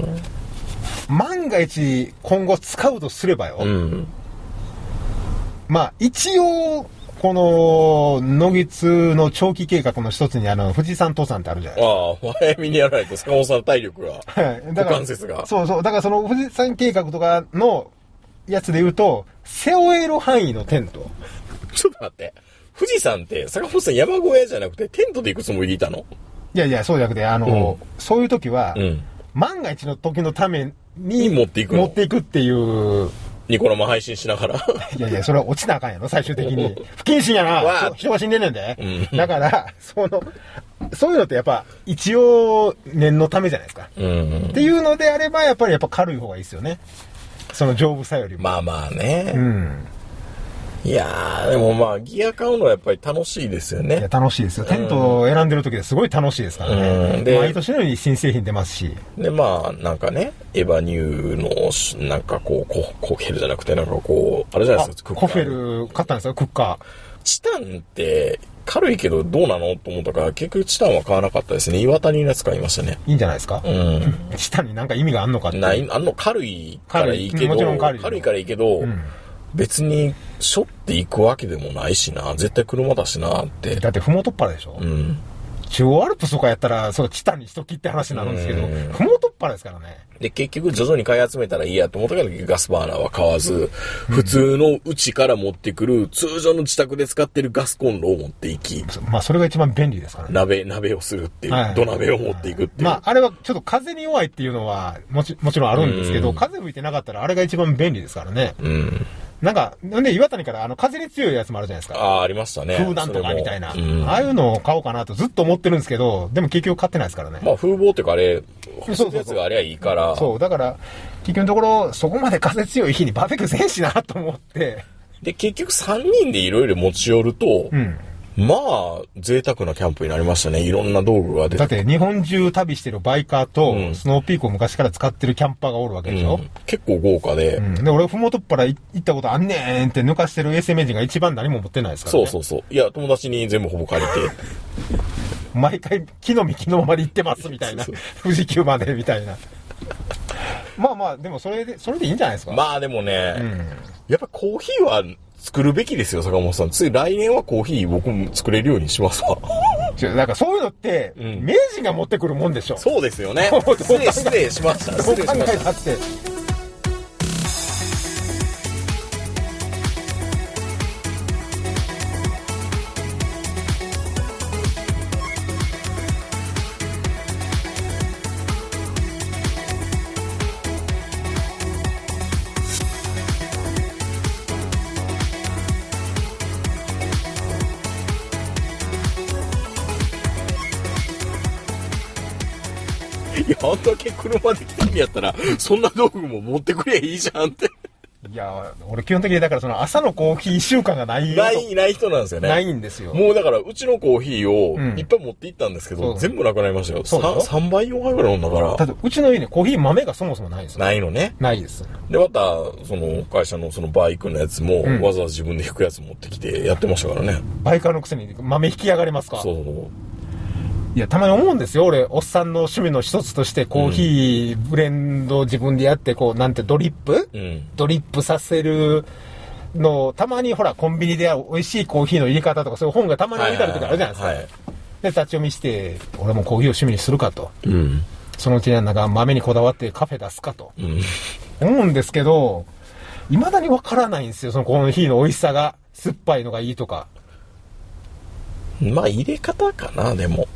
S3: 万が一、今後使うとすればよ。
S2: うん。
S3: まあ、一応、この、野木津の長期計画の一つに、あの、富士山登山ってあるじゃない
S2: ああ、早めにやらないと坂本さんの体力が。
S3: はいだから
S2: 股関節が
S3: そうそう。だからその富士山計画とかのやつで言うと、背負える範囲のテント。
S2: ちょっと待って。富士山って、坂本さん山小屋じゃなくて、テントで行くつもりでいたの
S3: いやいや、そうじゃなくて、あの、
S2: う
S3: そういう時は、
S2: うん。
S3: 万が一の時のため
S2: に
S3: に
S2: 持っていくの
S3: 持っていくっていう、
S2: ニコ生配信しながら。
S3: いやいや、それは落ちなあかんやろ、最終的に。不謹慎や
S2: わあ
S3: な。人が死んでんねんで。
S2: うん
S3: だから、その、そういうのってやっぱ、一応、念のためじゃないですか。
S2: うん
S3: っ。ていうのであれば、やっぱりやっぱ軽い方がいいですよね。その丈夫さよりも。
S2: まあまあね。
S3: うん。
S2: いやー、でもまあ、ギア買うのはやっぱり楽しいですよ
S3: いや
S2: ね。
S3: 楽しいですよ。テントを選んでる時ですごい楽しいですから
S2: うん
S3: ね。
S2: で
S3: 毎年のように新製品出ますし。
S2: で、まあ、なんかね、エヴァニューの、なんかこう、ココヘルじゃなくて、なんかこう、あれじゃない
S3: あ
S2: ですか、
S3: コフ
S2: ル
S3: ェル買ったんですかクッカ
S2: チタンって軽いけどどうなのと思ったから結局チタンは買わなかったですね。岩谷のやつ買いましたね。
S3: ー。いいんじゃないですか
S2: う
S3: チタンになんか意味があんのかって。
S2: ん。ない、あの軽いからいいけど、
S3: 軽いもちろん軽い
S2: からいいけど、
S3: ん
S2: 別に背負っていくわけでもないしな、絶対車だしなって。
S3: だって、ふもとっぱらでしょ
S2: うん。
S3: 中央アルプスとかやったら、そのチタンにしときって話になるんですけど
S2: う、ん
S3: ふもとっぱらですからね。
S2: で、結局徐々に買い集めたらいいやと思ったからガスバーナーは買わず、普通のうちから持ってくる通常の自宅で使ってるガスコンロを持っていき、
S3: そまあ、それが一番便利ですからね。
S2: 鍋、鍋をするっていう、
S3: はい
S2: 土鍋を持っていくっていう。
S3: まあ、あれはちょっと風に弱いっていうのはもち、もちろんあるんですけ
S2: う
S3: ど、
S2: ん
S3: 風吹いてなかったらあれが一番便利ですからね。
S2: うん。
S3: なんか、なんで岩谷からあの風に強いやつもあるじゃないですか。
S2: ああー、ありましたね。
S3: 空なん
S2: そ
S3: と
S2: れ
S3: か
S2: も
S3: みたいな、
S2: うん
S3: ああいうのを買おうかなとずっと思ってるんですけど、でも結局買ってないですからね。
S2: まあ風貌っていうかあれ、
S3: そう
S2: 星
S3: そう
S2: のやつがありゃいいから、
S3: そう、だから、結局のところ、そこまで風強い日にバーベキューせんしなと思って、
S2: で、結局3人でいろいろ持ち寄ると、
S3: うん。
S2: まあ、贅沢なキャンプになりましたね。いろんな道具が出
S3: だ
S2: て
S3: っ。て日本中旅してるバイカーと、
S2: うん
S3: スノーピークを昔から使ってるキャンパーがおるわけでし
S2: う
S3: ょ。
S2: ん結構豪華で、
S3: うんで、俺、ふもとっぱら行ったことあんねんって抜かしてる衛生名人が一番何も持ってないですから、
S2: そ
S3: ね。
S2: うそうそう。いや、友達に全部ほぼ借りて。
S3: 毎回、木の実木のままで行ってますみたいな
S2: そう。
S3: 富士急までみたいな。まあまあ、でもそれで、それでいいんじゃない <laughs> ですか。
S2: まあでもね、
S3: うん。
S2: やっぱコーヒーは作るべきですよ、坂本さん。つい来年はコーヒー僕も作れるようにします
S3: <laughs>
S2: わ。
S3: 違うなんかそういうのって、
S2: うん
S3: 名人が持ってくるもんでしょ。
S2: そうですよね
S3: <laughs> どう。考え
S2: 失礼、失礼しました。
S3: どう
S2: 失
S3: 考
S2: 礼しま
S3: え
S2: した
S3: って。
S2: いや、あんだけ車で来てんやったら、そんな道具も持ってくりゃいいじゃんって。
S3: いや、俺基本的にだからその朝のコーヒー習慣がないよ
S2: な、い、ない人なんですよね。
S3: ないんですよ。
S2: もうだから、うちのコーヒーを
S3: うん
S2: いっぱい持って行ったんですけど、
S3: そう
S2: 全部なくなりましたよ。
S3: そうだよ
S2: 3, 倍、4杯ぐらい飲んだか
S3: だっ
S2: ら。
S3: てうちの家にコーヒー豆がそもそもないんですよ。
S2: ないのね。
S3: ないです。
S2: で、また、その、会社のそのバイクのやつも、
S3: うん
S2: わざわざ自分で引くやつ持ってきてやってましたからね。
S3: バイカーのくせに豆引き上がりますか
S2: そうそう。
S3: いや、たまに思うんですよ。俺、おっさんの趣味の一つとして、コーヒー、ブレンド自分でやって、こう、なんて、ドリップ
S2: うん。
S3: ドリップさせるのを、たまにほら、コンビニで美味しいコーヒーの入れ方とか、そういう本がたまに置いてある時あるじゃないですか。
S2: はいはい
S3: で、立ち読みして、俺もコーヒーを趣味にするかと。
S2: うん。
S3: そのうちなんか豆にこだわってカフェ出すかと。
S2: うん。
S3: 思うんですけど、未だにわからないんですよ、そのコーヒーの美味しさが。酸っぱいのがいいとか。
S2: まあ、入れ方かな、でも。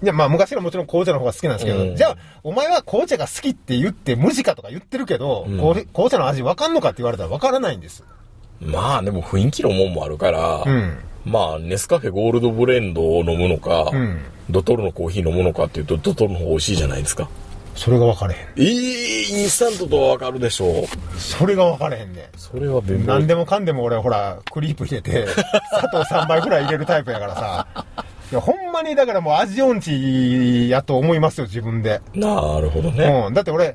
S3: いや、まあ昔のもちろん紅茶の方が好きなんですけど、
S2: うん
S3: じゃあ、お前は紅茶が好きって言って無地かとか言ってるけど、
S2: うん
S3: 紅紅茶の味わかんのかって言われたらわからないんです。
S2: まあ、でも雰囲気のもんもあるから、
S3: うん。
S2: まあ、ネスカフェゴールドブレンドを飲むのか、
S3: うん
S2: ドトールのコーヒー飲むのかっていうと、ドトールの方が美味しいじゃないですか。
S3: それがわかれへん。
S2: ええインスタントとはわかるでしょう。
S3: それがわかれへんね。
S2: それは便
S3: 何
S2: 利。
S3: でもかんでも俺ほら、クリープ入れて、 <laughs> 砂糖3倍くらい入れるタイプやからさ。いや、ほんまにだからもう味音痴やと思いますよ、自分で。
S2: なるほどね。
S3: うん。だって俺、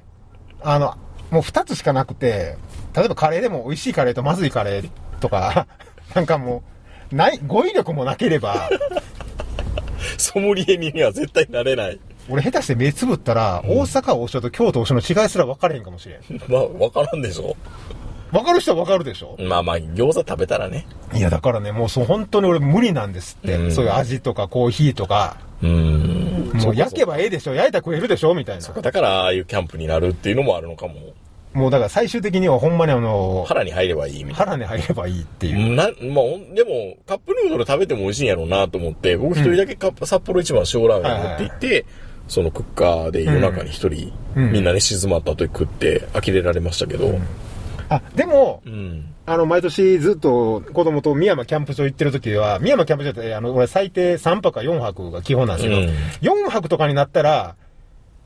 S3: あの、もう2つしかなくて、例えばカレーでも美味しいカレーとまずいカレーとか、 <laughs> なんかもう、ない、語彙力もなけれ <laughs> ば、
S2: ソムリエには絶対なれない。
S3: 俺下手して目つぶったら、大阪王将と京都王将の違いすら分かれへんかもしれん。
S2: まあ、わからんでしょ
S3: 分かる人は分かるでしょ
S2: う。まあまあ、餃子食べたらね。
S3: いや、だからね、もうそう、本当に俺無理なんですって。
S2: うん
S3: そういう味とかコーヒーとか、
S2: うん。
S3: もう焼けばええでしょ、焼いたら食えるでしょ、みたいな。
S2: だから、ああいうキャンプになるっていうのもあるのかも。
S3: もうだから最終的にはほんまにあの、
S2: 腹に入ればいいみたい
S3: 腹に入ればいいっていう。
S2: な。な、まあ、ほんでも、カップヌードル食べても美味しいんやろうなと思って、僕一人だけカップ、札幌一番塩ラーメン持って行って、そのクッカーで夜中に一人、
S3: うん
S2: みんなで静まった後に食って、呆れられましたけど。
S3: あ、でも、
S2: うん。
S3: あの、毎年ずっと子供と深山キャンプ場行ってる時は、深山キャンプ場って、あの、俺最低3泊か4泊が基本なんですけど、4泊とかになったら、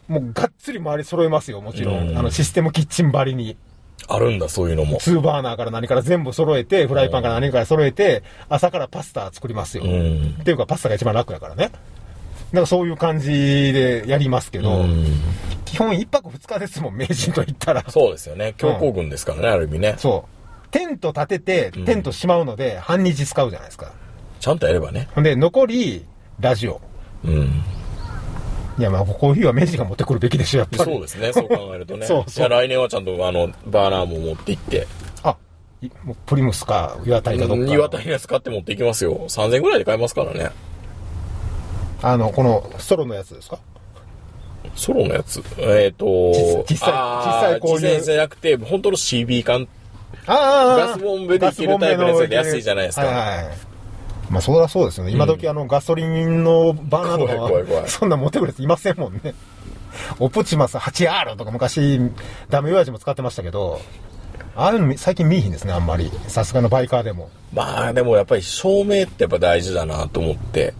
S3: もうがっつり周り揃えますよ、もちろん。
S2: うん
S3: あの、システムキッチン張りに。
S2: あるんだ、そういうのも。
S3: ツーバーナーから何から全部揃えて、フライパンから何から揃えて、朝からパスタ作りますよ。
S2: う
S3: っ
S2: ん。
S3: ていうか、パスタが一番楽やからね。なんかそういう感じでやりますけど、
S2: うん
S3: 基本1泊2日ですもん、名人と言ったら。
S2: そうですよね。強行軍ですからね、ある意味ね。
S3: そう。テント立てて、テントしまうので、半日使うじゃないですか。
S2: ちゃんとやればね。
S3: ほんで、残り、ラジオ。
S2: うん。
S3: いや、まあ、コーヒーは明治が持ってくるべきでしょ、やっぱり。
S2: そうですね、そう考えるとね。
S3: <laughs> そうそう
S2: いや来年はちゃんと、あの、バーナーも持って行って、
S3: あ、いもうプリムスか、岩谷かどっか。
S2: 岩谷のやつ買って持って行きますよ。3000円ぐらいで買えますからね。
S3: あの、この、ソロのやつですか
S2: ソロのやつ。えっ、と、
S3: 実実際
S2: あー
S3: 実際こういう
S2: 実際じゃなくて、本当の CB 缶。
S3: あ
S2: ガスボンベでいけるタイプのやつより安いじゃないですか
S3: はいはい。まあ、そりゃそうですよね。今時あの、ガソリンのバーナーとか
S2: 怖い
S3: は
S2: 怖い怖い
S3: そんな持ってくるやついませんもんね。オプチマス 8R とか昔、ダメ親父も使ってましたけど、ああいうの最近見えひんですね、あんまり。さすがのバイカーでも。
S2: まあでもやっぱり照明ってやっぱ大事だなと思って。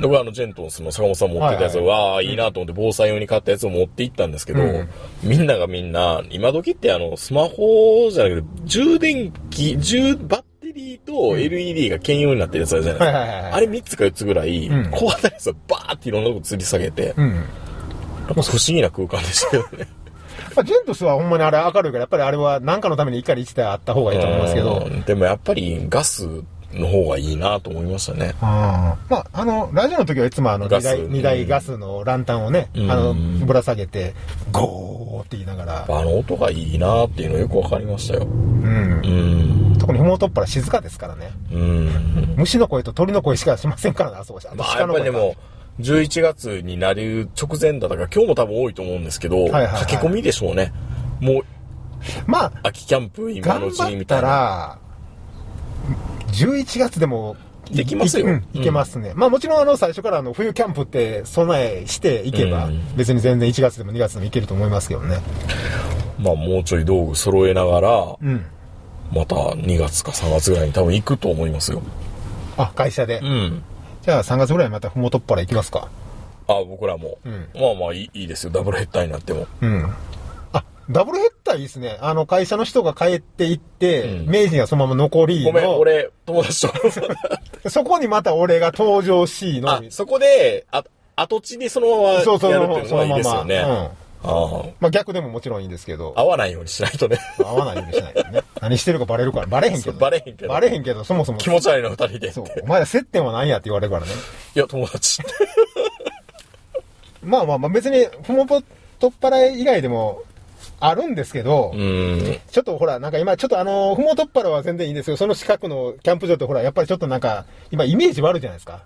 S2: 僕はあのジェントンスの坂本さん持ってたやつを、
S3: はい
S2: わあいいなと思って防災用に買ったやつを持って行ったんですけど、
S3: うん
S2: みんながみんな、今時ってあのスマホじゃなくて、充電器、充、バッテリーと LED が兼用になってるやつあるじゃないですか。
S3: はいはいはいはい
S2: あれ3つか4つぐらい、
S3: うん
S2: 小型のやつをバーっていろんなとこ吊り下げて、
S3: う
S2: なん
S3: ん。
S2: か不思議な空間でしたよ
S3: <laughs>
S2: ね。
S3: まあ、ジェントスはほんまにあれ明るいから、やっぱりあれは何かのために1から1台あった方がいいと思いますけど、
S2: う
S3: うん
S2: んでもやっぱりガスの方がいいなと思いましたね。
S3: まあ、あの、ラジオの時はいつもあの
S2: ガ
S3: 2
S2: ス
S3: 台、
S2: うん
S3: 二台ガスのランタンをね、
S2: うん
S3: あの、ぶら下げて、ゴーって言いながら、
S2: あの音がいいなっていうのよくわかりましたよ。
S3: うん
S2: う。ん。
S3: 特に麓っぱら静かですからね。 <laughs>
S2: うん。
S3: 虫の声と鳥の声しかしませんからね、あそこじゃ。
S2: まあ
S3: 鹿
S2: やっ
S3: の
S2: ぱ
S3: 声
S2: りでも、11月になる直前だったから、今日も多分多いと思うんですけど、
S3: いはいはい
S2: 駆け込みでしょうね。もう、
S3: まあ、
S2: 秋キャンプ今の
S3: 頑
S2: うちに
S3: 張っ
S2: みた
S3: た
S2: いな。
S3: ら、11月でも、い
S2: できますよ
S3: いうん
S2: うん
S3: いけますね。まあもちろんあの最初からあの冬キャンプって備えしていけば
S2: うん、
S3: 別に全然1月でも2月でもいけると思いますけどね。
S2: まあもうちょい道具揃えながら、
S3: うん。
S2: また2月か3月ぐらいに多分行くと思いますよ。
S3: あ、会社で
S2: う。ん。
S3: じゃあ3月ぐらいまたふもとっぱら行きますか。
S2: あ僕らも。
S3: うん
S2: まあまあいいいいですよ。ダブルヘッダーになっても。
S3: うん。あ、ダブルヘッダーいいですね。あの、会社の人が帰っていって、
S2: うん
S3: 明治がそのまま残り
S2: ご
S3: の。
S2: めん、俺、友達
S3: <laughs>
S2: と。
S3: そこにまた俺が登場しの
S2: あ、そこで、あ、跡地にそのままやるって
S3: そうそう
S2: いうの
S3: そ
S2: が
S3: の
S2: いい
S3: ま
S2: ですよ
S3: ま。
S2: ね。
S3: うん。
S2: ああ
S3: まあ逆でももちろんいいんですけど、
S2: 合わないようにしない
S3: <laughs>
S2: とね。
S3: 合わないようにしないとね。何してるかバレるから、バレへんけ
S2: そう
S3: ど。
S2: バレへんけど
S3: バレへんけど、そもそも。
S2: 気持ち悪いな、二人で。
S3: そう。お前ら接点は何やって言われるからね。
S2: いや、友達って。
S3: まあまあまあ別に、ふもぽ取っ払い以外でも、あるんですけど、
S2: うん。
S3: ちょっとほら、なんか今、ちょっとあの、ふもとっぱらは全然いいんですけど、その近くのキャンプ場ってほら、やっぱりちょっとなんか、今イメージ悪いじゃないですか。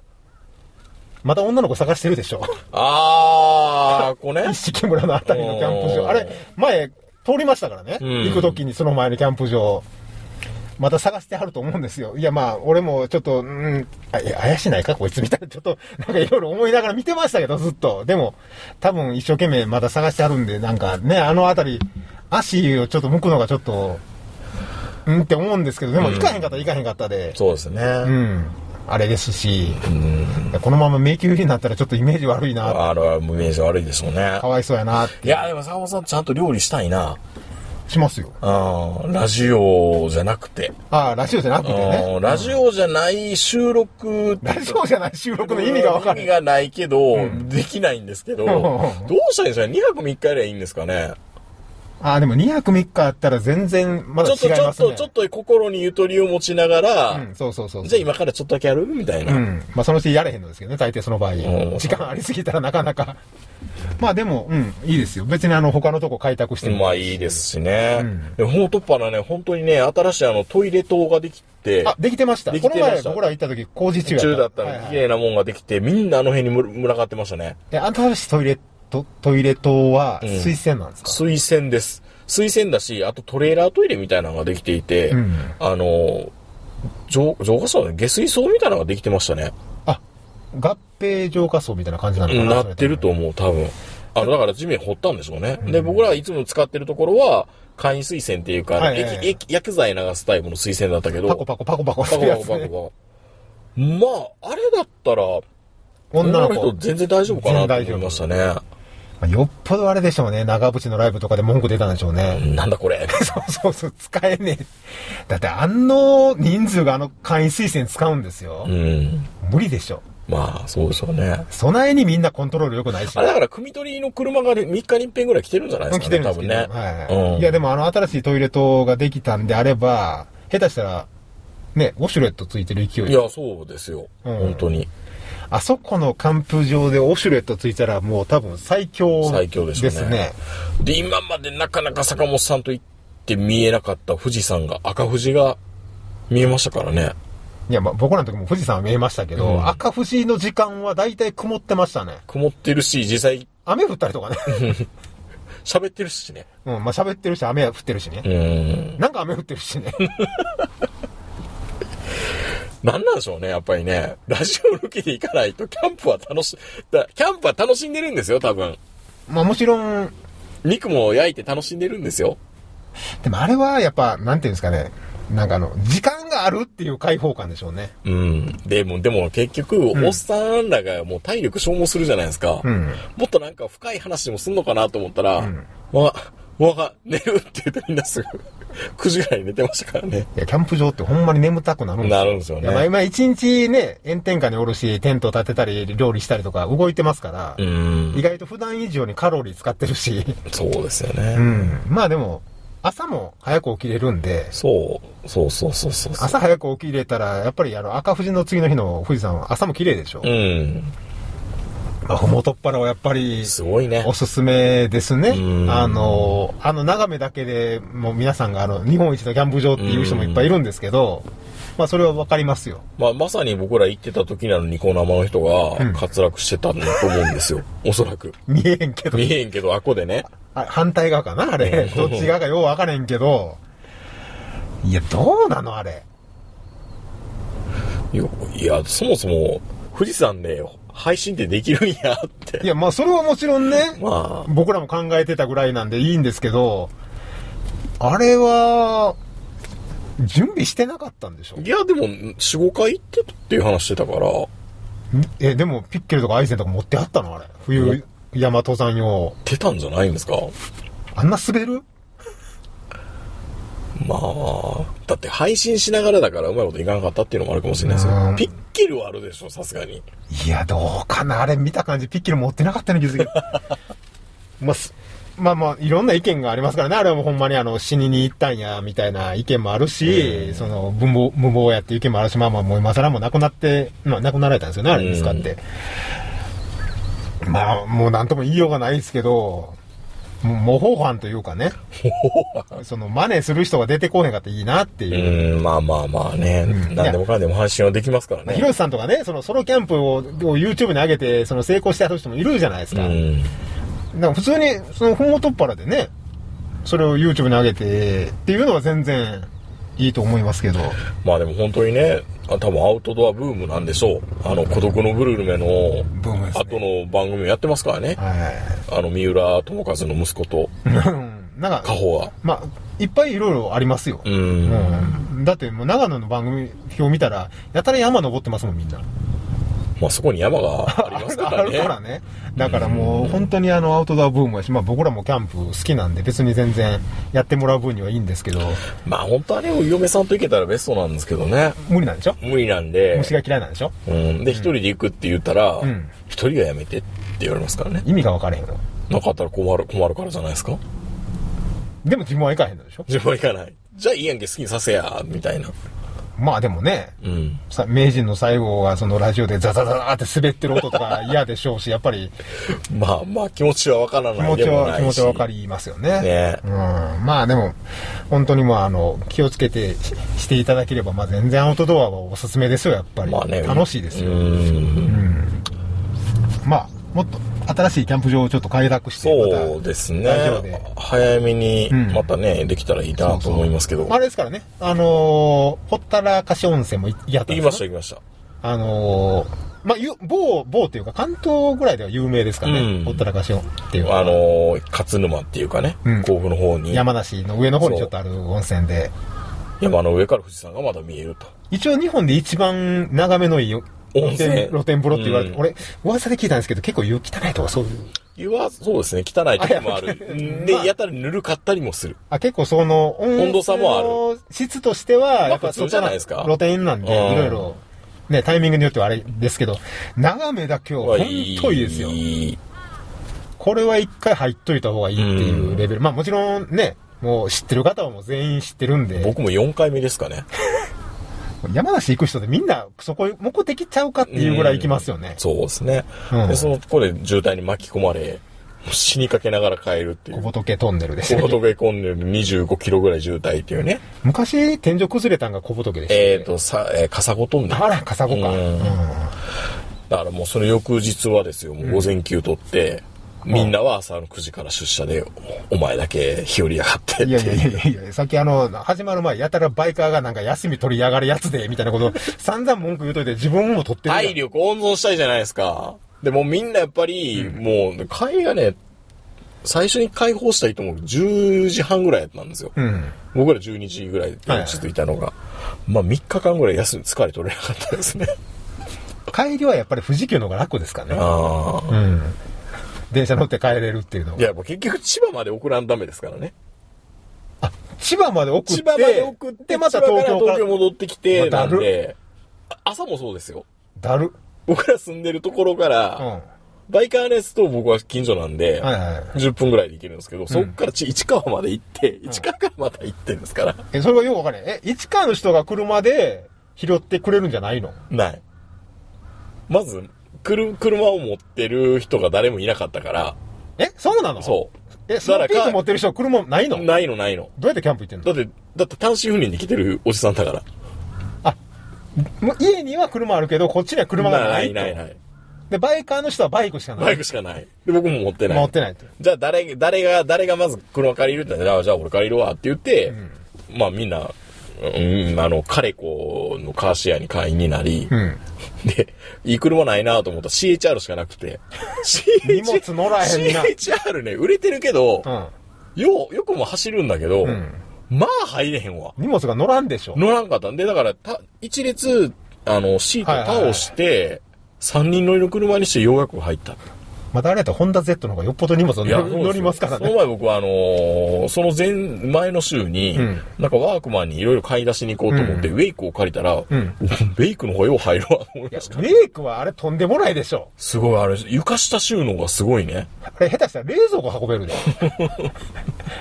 S3: また女の子探してるでしょ。
S2: あー、こうね
S3: 一。色村のあたりのキャンプ
S2: おー
S3: 場。あれ、前、通りましたからね。
S2: うん
S3: 行くときにその前のキャンプ場。また探してはると思うんですよ。いや、まあ、俺もちょっと、うん、あいや怪しないか、こいつみたいな、ちょっと、なんかいろいろ思いながら見てましたけど、ずっと。でも、多分一生懸命また探してあるんで、なんかね、あのあたり、足をちょっと向くのがちょっと、うんって思うんですけど、でも行かへんかったら行かへんかったで、
S2: そうですね。
S3: うん、あれですし、
S2: うん。
S3: いやこのまま迷宮入りになったらちょっとイメージ悪いな、
S2: あれは無名人悪いでしょうね
S3: か。わいそうやなって
S2: いや、でも坂本さんちゃんと料理したいな。
S3: しますよ。
S2: うん。ラジオじゃなくて。
S3: ああ、ラジオじゃなくてね
S2: うん。ラジオじゃない収録
S3: ラジオじゃない収録の意味が分か
S2: 意
S3: る。
S2: 味がないけど、できないんですけど、
S3: ん
S2: どうしたらいいんですかね ?2 泊3日やりゃいいんですかね
S3: ああ、でも2泊3日あったら全然まだ
S2: ちょっと、
S3: 違い
S2: ちょ
S3: ま
S2: っ
S3: すね。
S2: と、ちょっと心にゆとりを持ちながら、
S3: うん、そうそうそう。
S2: じゃあ今からちょっとだけやるみたいな。
S3: うん。まあそのうちやれへんのですけどね、大抵その場合
S2: ん。
S3: 時間ありすぎたらなかな
S2: <laughs>
S3: か。まあでも、うん、いいですよ。別にあの、他のとこ開拓しても。
S2: まあいいで。すしね。
S3: うん
S2: で、ほんとっぱなね、本当にね、新しいあのトイレ棟ができて、
S3: あ、できてました。
S2: で
S3: こ
S2: き
S3: の
S2: てました
S3: 前僕ら行った時工事中やった。
S2: 中だった
S3: はい
S2: の、
S3: は
S2: 綺
S3: い
S2: 麗なもんができて、みんなあの辺にむ群がってましたね。
S3: で、新しいトイレ、トトイレ棟は
S2: うん
S3: 水洗なんですか
S2: 水洗です。水洗だし、あとトレーラートイレみたいなのができていて、
S3: うん
S2: あの、浄浄化槽下水槽みたいなのができてましたね。
S3: あ、合併浄化層みたいな感じなのかな
S2: なってる。と
S3: そ
S2: 思う、多分。あの、だから地面掘ったんでしょうね。で、僕らがいつも使ってるところは、簡易水洗っていうか、
S3: はいはいはい
S2: 液液薬剤流すタイプの水洗だったけ
S3: れ
S2: ど、
S3: パコパコパコパコす
S2: パコ
S3: る
S2: パコ
S3: やつ
S2: パ
S3: ね。
S2: コパコ。まあ、あれだったら、
S3: 女の
S2: 人
S3: 子。
S2: 全然大丈夫かな
S3: 全然
S2: と
S3: 大丈夫
S2: 思いましたね。
S3: まあよっぽどあれでしょうね。長渕のライブとかで文句出たんでしょうね。
S2: なんだこ
S3: <laughs>
S2: れ。
S3: そうそうそう、使えねえ。だってあの人数があの簡易推薦使うんですよ
S2: う。ん。
S3: 無理でしょ。
S2: まあ、そうでしょうね。
S3: 備えにみんなコントロール良くないし。
S2: あれだから、組取りの車がね3日に一遍ぐらい来てるんじゃないです
S3: 来
S2: かね、
S3: てるん
S2: 多
S3: ですけ
S2: 分
S3: ど。
S2: ね。
S3: はい、
S2: うん
S3: いや、でもあの新しいトイレ棟ができたんであれば、下手したら、ね、ウォシュレットついてる勢い。
S2: いや、そうですよ。
S3: うん
S2: 本当に。
S3: あそこのカンプ場でウォシュレットついたらもう多分最強
S2: 最強でしょうね
S3: ですね。
S2: で、今までなかなか坂本さんと行って見えなかった富士山が、赤富士が見えましたからね。
S3: いや、まあ僕らの時も富士山は見えましたけど、
S2: うん
S3: 赤富士の時間は大体曇ってましたね。
S2: 曇ってるし、実際
S3: 雨降ったりとかね。 <laughs>
S2: 喋ってるしね。
S3: うん、まあ喋ってるし、雨降ってるしね
S2: う。ん。
S3: なんか雨降ってるしね。 <laughs>
S2: なんなんでしょうね、やっぱりね。ラジオ抜きで行かないと、キャンプは楽し、だキャンプは楽しんでるんですよ、多分。
S3: まあもちろん、
S2: 肉も焼いて楽しんでるんですよ。
S3: でもあれはやっぱ、なんていうんですかね。なんかあの、時間があるっていう開放感でしょうね。
S2: うん。でも、でも結局、おっさんらがもう体力消耗するじゃないですか。
S3: うん。
S2: もっとなんか深い話でもすんのかなと思ったら、わ、わが、寝るって言ってみんなすぐ、9時ぐらいに寝てましたからね。
S3: いや、キャンプ場ってほんまに眠たくなるんですよ。
S2: なるんですよね
S3: いやまあ今一日ね、炎天下におるし、テント立てたり、料理したりとか動いてますから、
S2: うん
S3: 意。外と普段以上にカロリー使ってるし、
S2: そうですよ
S3: う
S2: ね。
S3: ん。まあでも、朝も早く起きれるんで、
S2: そう、そうそうそうそうそう。
S3: 朝早く起きれたら、やっぱりあの赤富士の次の日の富士山は朝も綺麗でしょ。
S2: うん。
S3: まあ、ふもとっぱらはやっぱり、
S2: すごいね
S3: お。すすめですね
S2: う。ん
S3: あの、あの眺めだけでもう皆さんがあの、日本一のキャンプ場っていう人もいっぱいいるんですけど、まあそれはわかりますよ。
S2: まあ、まさに僕ら行ってた時なのに、この生の人が
S3: うん
S2: 滑落してたんだと思うんです
S3: <laughs>
S2: よ。おそらく。
S3: 見えへんけど。
S2: 見えへんけど、あっこでね。
S3: あ反対側かなあれ。
S2: う
S3: ど
S2: ん
S3: っち側かようわからへんけど。いや、どうなのあれ。
S2: いや、いやそもそも、富士山で配信ってできるんやって
S3: い。や、まあそれはもちろんね、
S2: まあ、
S3: 僕らも考えてたぐらいなんでいいんですけど、あれは、準備してなかったんでしょ
S2: いや、でも、4、5回行ってたっていう話してたから、
S3: え、でも、ピッケルとかアイゼンとか持ってあったのあれ。冬、山登山用。
S2: 出たんじゃないんですか
S3: あんな滑る
S2: まあ、だって配信しながらだからうまいこといかなかったっていうのもあるかもしれないです
S3: う
S2: よ
S3: ん。
S2: ピッキルはあるでしょ、さすがに。
S3: いや、どうかなあれ見た感じ、ピッケル持ってなかったね、気づき。 <laughs> まあ、すまあまあ、いろんな意見がありますからね。あれはもうほんまにあの、死にに行ったんや、みたいな意見もあるし、その、無謀、無謀やっていう意見もあるし、まあまあ、もう今更もう亡くなって、まあ、亡くなられたんですよね、あれ使って。まあ、もうなんとも言いようがないですけど、もう模倣犯というかね。その、真似する人が出てこへんかっていいなっていうう。
S2: ん、まあまあまあね。
S3: ん
S2: 何でもかんでも配信はできますから
S3: ひろ
S2: ね。
S3: しさんとかね、そのソロキャンプをを YouTube に上げて、その成功した人もいるじゃないです
S2: う
S3: か。
S2: ん。
S3: なんか普通に、その、本を取っ払でね、それを YouTube に上げて、っていうのは全然いいと思いますけど。
S2: まあでも本当にね、あ多分アウトドアブームなんでしょう。あの、孤独のグルメの
S3: ブームですね
S2: 後の番組をやってますからね。
S3: は
S2: あの、三浦友和の息子と
S3: い。 <laughs> うんなんか
S2: 家、宝は。
S3: まあ、いっぱいいろいろありますよ。
S2: うん。
S3: うんだってもう長野の番組表見たら、やたら山登ってますもん、みんな。
S2: まあそこに山がありますか
S3: あ
S2: ら
S3: <laughs> る
S2: ね。
S3: からね。だからもう本当にあのアウトドアブームやし、まあ僕らもキャンプ好きなんで別に全然やってもらう分にはいいんですけど、
S2: まあ本当はね、お嫁さんと行けたらベストなんですけどね。
S3: 無理なんでしょ
S2: 無理なんで。
S3: 虫が嫌いなんでしょ
S2: うん。で、一人で行くって言ったら、一、
S3: ん
S2: 人はやめてって言われますからね。
S3: 意味が分からへんの
S2: なかったら困る、困るからじゃないですか。
S3: でも自分は行かへんのでしょ
S2: 自分は行かない。じゃあいいやんけ、好きにさせや、みたいな。
S3: まあでもね、
S2: うん。
S3: さ名人の最後はそのラジオでザザザザーって滑ってる音とか嫌でしょうし、やっぱり
S2: まあまあ気持ちはわから
S3: 気
S2: な
S3: 持
S2: い
S3: ち
S2: でも
S3: は、
S2: ないし。
S3: 気持ちは分かりますよね。
S2: ね
S3: うん、まあでも、本当にもうあの、気をつけてししていただければ、まあ全然アウトドアはおすすめですよ、やっぱり。
S2: まあね。
S3: 楽しいですよ。
S2: うん。
S3: まあ、もっと新しいキャンプ場をちょっと開拓して、
S2: そう
S3: ま
S2: ですね
S3: ラジオで。
S2: 早めに
S3: ん、
S2: またね、できたらいいなと思いますけど。
S3: た。あれですからね、あのーほったらかし温泉もいやったん
S2: 行
S3: です
S2: き
S3: よ
S2: ました、行きました。
S3: あのーまあ、ゆ某、某というか、関東ぐらいでは有名ですからね、
S2: うん
S3: ほったらかし温っていうのは
S2: あのー、勝沼っていうかね、
S3: うん
S2: 甲府の方に、
S3: 山梨の上の方にちょっとある温泉で、
S2: 山の上から富士山がまだ見えると。
S3: 一応日本で一番眺めのいい温
S2: 温泉
S3: 露天風呂って言われて、
S2: うん
S3: 俺、噂で聞いたんですけど、結構湯汚いとかそういう。
S2: 湯は、そうですね、汚い時もあ
S3: <laughs>
S2: る。
S3: あ
S2: で
S3: まあ、
S2: やたらぬるかったりもする。
S3: あ、結構その、
S2: 温度差もある
S3: 温泉の質としては、やっぱ
S2: 普通じゃないですか
S3: そっちの露天なんで、
S2: うん
S3: いろいろ、ね、タイミングによってはあれですけど、眺めだけは本当いいですよ。
S2: いい
S3: これは一回入っといた方がいいっていうレベル。まあもちろんね、もう知ってる方はもう全員知ってるんで、
S2: 僕も4回目ですかね。
S3: 山梨行く人でみんなそこ目的ちゃうかっていうぐらい行きますよね。
S2: そうですね。
S3: うん
S2: で、その、これ渋滞に巻き込まれ、もう死にかけながら帰るってい
S3: 小
S2: う。
S3: 仏トンネルです
S2: 小
S3: よね。
S2: 仏コンネル25キロぐらい渋滞っていうね。
S3: 昔、天井崩れたんが小仏でした、
S2: えっ、ー、と、さ、えー、カサゴトンネル。
S3: あら、カサゴか。
S2: うんだからもうその翌日はですよ、もう午前休取って、みんなは朝の9時から出社で、おお前だけ日和やがってって
S3: いやいやいやいやいや、さっきあの、始まる前、やたらバイカーがなんか休み取りやがるやつで、みたいな <laughs> こと、散々文句言うといて、自分も取ってるやん。
S2: 体力温存したいじゃないですか。でもみんなやっぱり、もう、会がね、最初に解放した人も10時半ぐらいだったんですよ。
S3: うん。
S2: 僕ら12時ぐらいで
S3: はいはい
S2: ちょっといたのが、まあ3日間ぐらい休み疲れ取れなかったです
S3: <laughs>
S2: ね。
S3: 帰りはやっぱり富士急の方が楽ですかね。
S2: ああ。
S3: うん。電車乗って帰れるっていうの
S2: い。や、もう結局千葉まで送らんダメですからね。
S3: 千葉まで送って、
S2: 千葉まで送って、
S3: また
S2: 千葉
S3: 東京か
S2: から
S3: ら
S2: 東京。戻ってきて、
S3: まあ
S2: な
S3: だる
S2: んで、あ朝もそうですよ。
S3: だる。
S2: 僕ら住んでるところか
S3: うん。
S2: ら、
S3: は
S2: バイカーネスと僕は近所なんで、
S3: いはい。
S2: 10分ぐらいで行けるんですけど、そっからち市川まで行って、市川からまた行ってんですから。
S3: え、それがよくわかんない。え、市川の人が車で拾ってくれるんじゃないの
S2: ない。まず、くる車を持ってる人が誰もいなかったから、
S3: え、そうなの
S2: そ。
S3: え、スノーピーク持ってる人、車ないうの
S2: ないのないの。
S3: どうやってキャンプ行ってん
S2: だ
S3: の
S2: って、だって単身赴任で来てるおじさんだから。
S3: もう家には車あるけど、こっちには車がないと。
S2: ないないない。
S3: で、バイカーの人はバイクしかな
S2: バ
S3: い。
S2: イクしかない。で、僕も持ってない。
S3: 持ってないと。
S2: じゃあ誰、誰が、誰がまず車借りるって言ったら、あじゃあ俺借りるわって言って、まあみんな、うん、あの、彼子のカーシェアに会員になり、
S3: うん。
S2: で、いい車ないなと思ったら CHR しかなくて。CHR
S3: <laughs> 荷物乗らへんな
S2: CHR ね、売れてるけど
S3: う、ん。
S2: よう、よくも走るんだけど、
S3: ん
S2: まあ入れへんわ。
S3: 荷物が乗らんでしょ。
S2: 乗らんかったんで、だから、た一列、あの、シート倒して、 3人乗りの車にしてようやく入った。
S3: またあれやったらホンダ Z の方がよっぽど荷物を
S2: いや
S3: <laughs> 乗乗りますから
S2: その
S3: ね。
S2: 前僕はあのーその前、前の週に、
S3: ん
S2: なんかワークマンにいろいろ買い出しに行こうと思って、ウェイクを借りたら、
S3: ん
S2: ウェイクの方がよう入るわと思いました。
S3: メイクはあれとんでもないでしょ。
S2: すごい、あれ、床下収納がすごいね。
S3: あれ下手したら冷蔵庫運べる
S2: <laughs>
S3: で。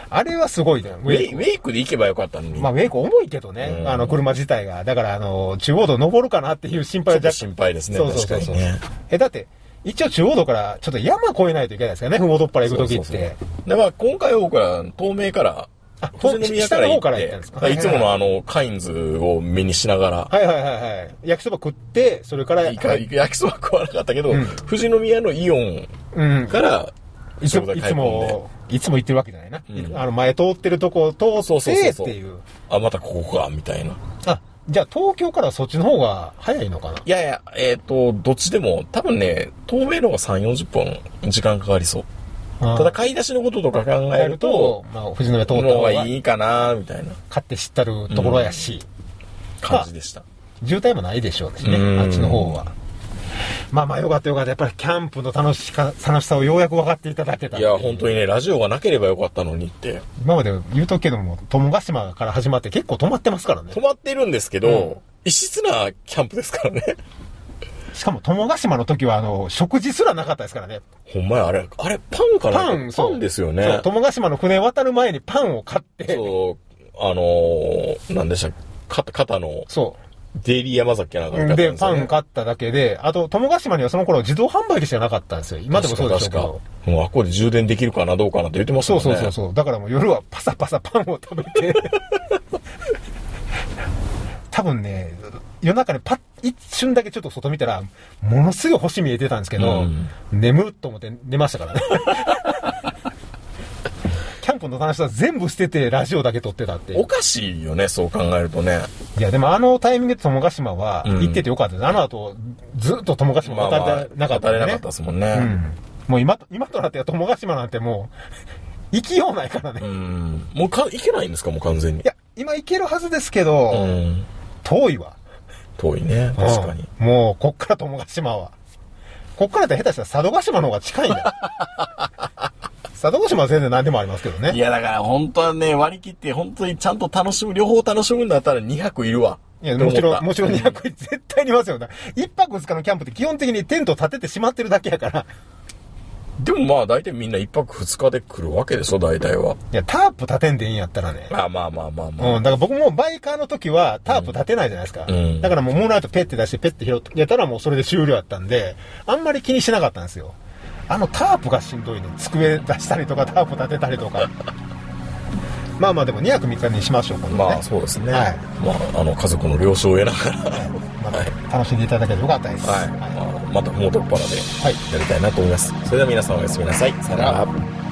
S3: あれはすごいね。
S2: ウ
S3: ウェイ
S2: ェイウェイクで行けばよかったのに。
S3: まあ、ウェイク重いけどね、
S2: うん
S3: あの、車自体が。だから、あの、中央道登るかなっていう心配は
S2: ちょっ
S3: 若
S2: と心配ですね
S3: そうそうそう
S2: 確
S3: そ
S2: か
S3: う
S2: にね
S3: え、だって、一応中央道から、ちょっと山越えないといけないですからね、ふもとっぱら行くときって。
S2: そうそうそうで、まあ、今回は僕は、東名から、
S3: あ
S2: 富士宮から
S3: 下
S2: 行っ
S3: の方
S2: て、
S3: から行ったんですか
S2: だらいつものあの、カインズを目にしながら、
S3: はいはいはいはい。焼きそば食って、それから、
S2: いいか焼きそば食わなかったけど、
S3: うん
S2: 富士宮のイオン
S3: うん。
S2: から、
S3: いつ
S2: 食
S3: も、
S2: 材
S3: い
S2: 買
S3: つ
S2: い込んで
S3: も、いつも行ってるわけじゃないな。
S2: うん
S3: あの、前通ってるとこ通
S2: そうそう
S3: っ
S2: そ
S3: て
S2: う
S3: っ
S2: そう
S3: ていう。
S2: あ、またここか、みたいな。
S3: あ、じゃあ東京からそっちの方が早いのかない
S2: やいや、えっ、と、どっちでも、多分ね、東名の方が3、40分時間かかりそう。
S3: あー
S2: ただ、買い出しのこととか考えると、、
S3: まあ、富士宮通
S2: こ
S3: った
S2: の方
S3: 方
S2: が
S3: が
S2: いいかな、みたいな
S3: 買って知ったるところやし、
S2: 感じでした。
S3: 渋滞もないでしょうしね、
S2: うん
S3: あっちの方は。まあまあよかったよかった。やっぱりキャンプの楽しか、楽しさをようやく分かっていただけた。
S2: いや、本当にね、ラジオがなければよかったのにって。
S3: 今まで言うとくけども、友ヶ島から始まって結構止まってますからね
S2: 泊。まってるんですけど、
S3: うん
S2: 異質なキャンプですからね。 <laughs>
S3: しかも友ヶ島の時は、あの、食事すらなかったですからね。
S2: ほんまや、あれ、あれ、パンかな
S3: パン、そう。
S2: パンですよ
S3: そ
S2: ね
S3: う。友ヶ島の船渡る前にパンを買って、
S2: そう、あのー、なんでしたっけ、か肩の、
S3: そ
S2: デイリー山崎やなんか
S3: う。
S2: 買った
S3: で、
S2: んすよ
S3: パ
S2: ね
S3: ン買っただけで、あと、友ヶ島にはその頃自動販売機しかなかったんですよ。今でもそうでしょう
S2: 確
S3: け
S2: か
S3: ど。
S2: 確か。もうあここで充電できるかな、どうかなって言ってました
S3: そ
S2: も
S3: うん
S2: ね。
S3: そうそうそう。だからもう夜はパサパサパンを食べ
S2: <laughs>
S3: て。多分ね、夜中にパッ、一瞬だけちょっと外見たら、ものすごい星見えてたんですけ
S2: う
S3: ど、
S2: ん
S3: 眠っと思って寝ました
S2: <laughs>
S3: からね。キャンプの楽しさ全部捨ててラジオだけ撮ってたっていう
S2: お。かしいよね、そう考えるとね。
S3: いや、でもあのタイミングで友ヶ島は
S2: うん
S3: 行っててよかったです。あの後、ずっと友ヶ島
S2: まあ、
S3: 渡
S2: ま
S3: れてなか
S2: あ、
S3: った
S2: 当
S3: ん
S2: れな
S3: でね
S2: かったですもんね。
S3: うん。もう今と、今となっては友ヶ島なんてもう、行きようないからね。
S2: うんもうか、いけないんですか、もう完全に
S3: い。や、今行けるはずですけど、
S2: うん。
S3: 遠いわ。
S2: 遠いね、確かに。
S3: うんもう、こっから友ヶ島は。こっからって下手したら佐渡島の方が近いんだよ。
S2: <laughs>
S3: 佐渡島は全然何でもありますけど
S2: い
S3: ね。
S2: や、だから本当はね、割り切って、本当にちゃんと楽しむ、両方楽しむんだったら2泊いるわ。
S3: いや、もちろん、も
S2: もち
S3: ちろん200絶対にいますよね。一泊二日のキャンプって基本的にテント立ててしまってるだけやから。
S2: でもまあ、大体みんな1泊2日で来るわけでしょ、大体は。
S3: いや、タープ立てんでいいんやったらね。
S2: まあまあまあまあまあ。
S3: うん、だから僕もバイカーの時はタープ立てないじゃないですか。
S2: うん
S3: だからもうモーライトペッて出してペッて拾ってやったらもうそれで終了だったんで、あんまり気にしなかったんですよ。あのタープがしんどいね。机出したりとか <laughs> タープ立てたり
S2: <laughs>
S3: とか。まあまあでも2泊3日にしましょう、今度ね。
S2: まあ、そうですね。
S3: はい
S2: まあ、あの、家族の了承を得ながら。
S3: また楽しんでいただけてよかったです。
S2: はい、まあ、またふもとっぱらで
S3: はい
S2: やりたいなと思います、それでは皆さんおやすみなさいさよなら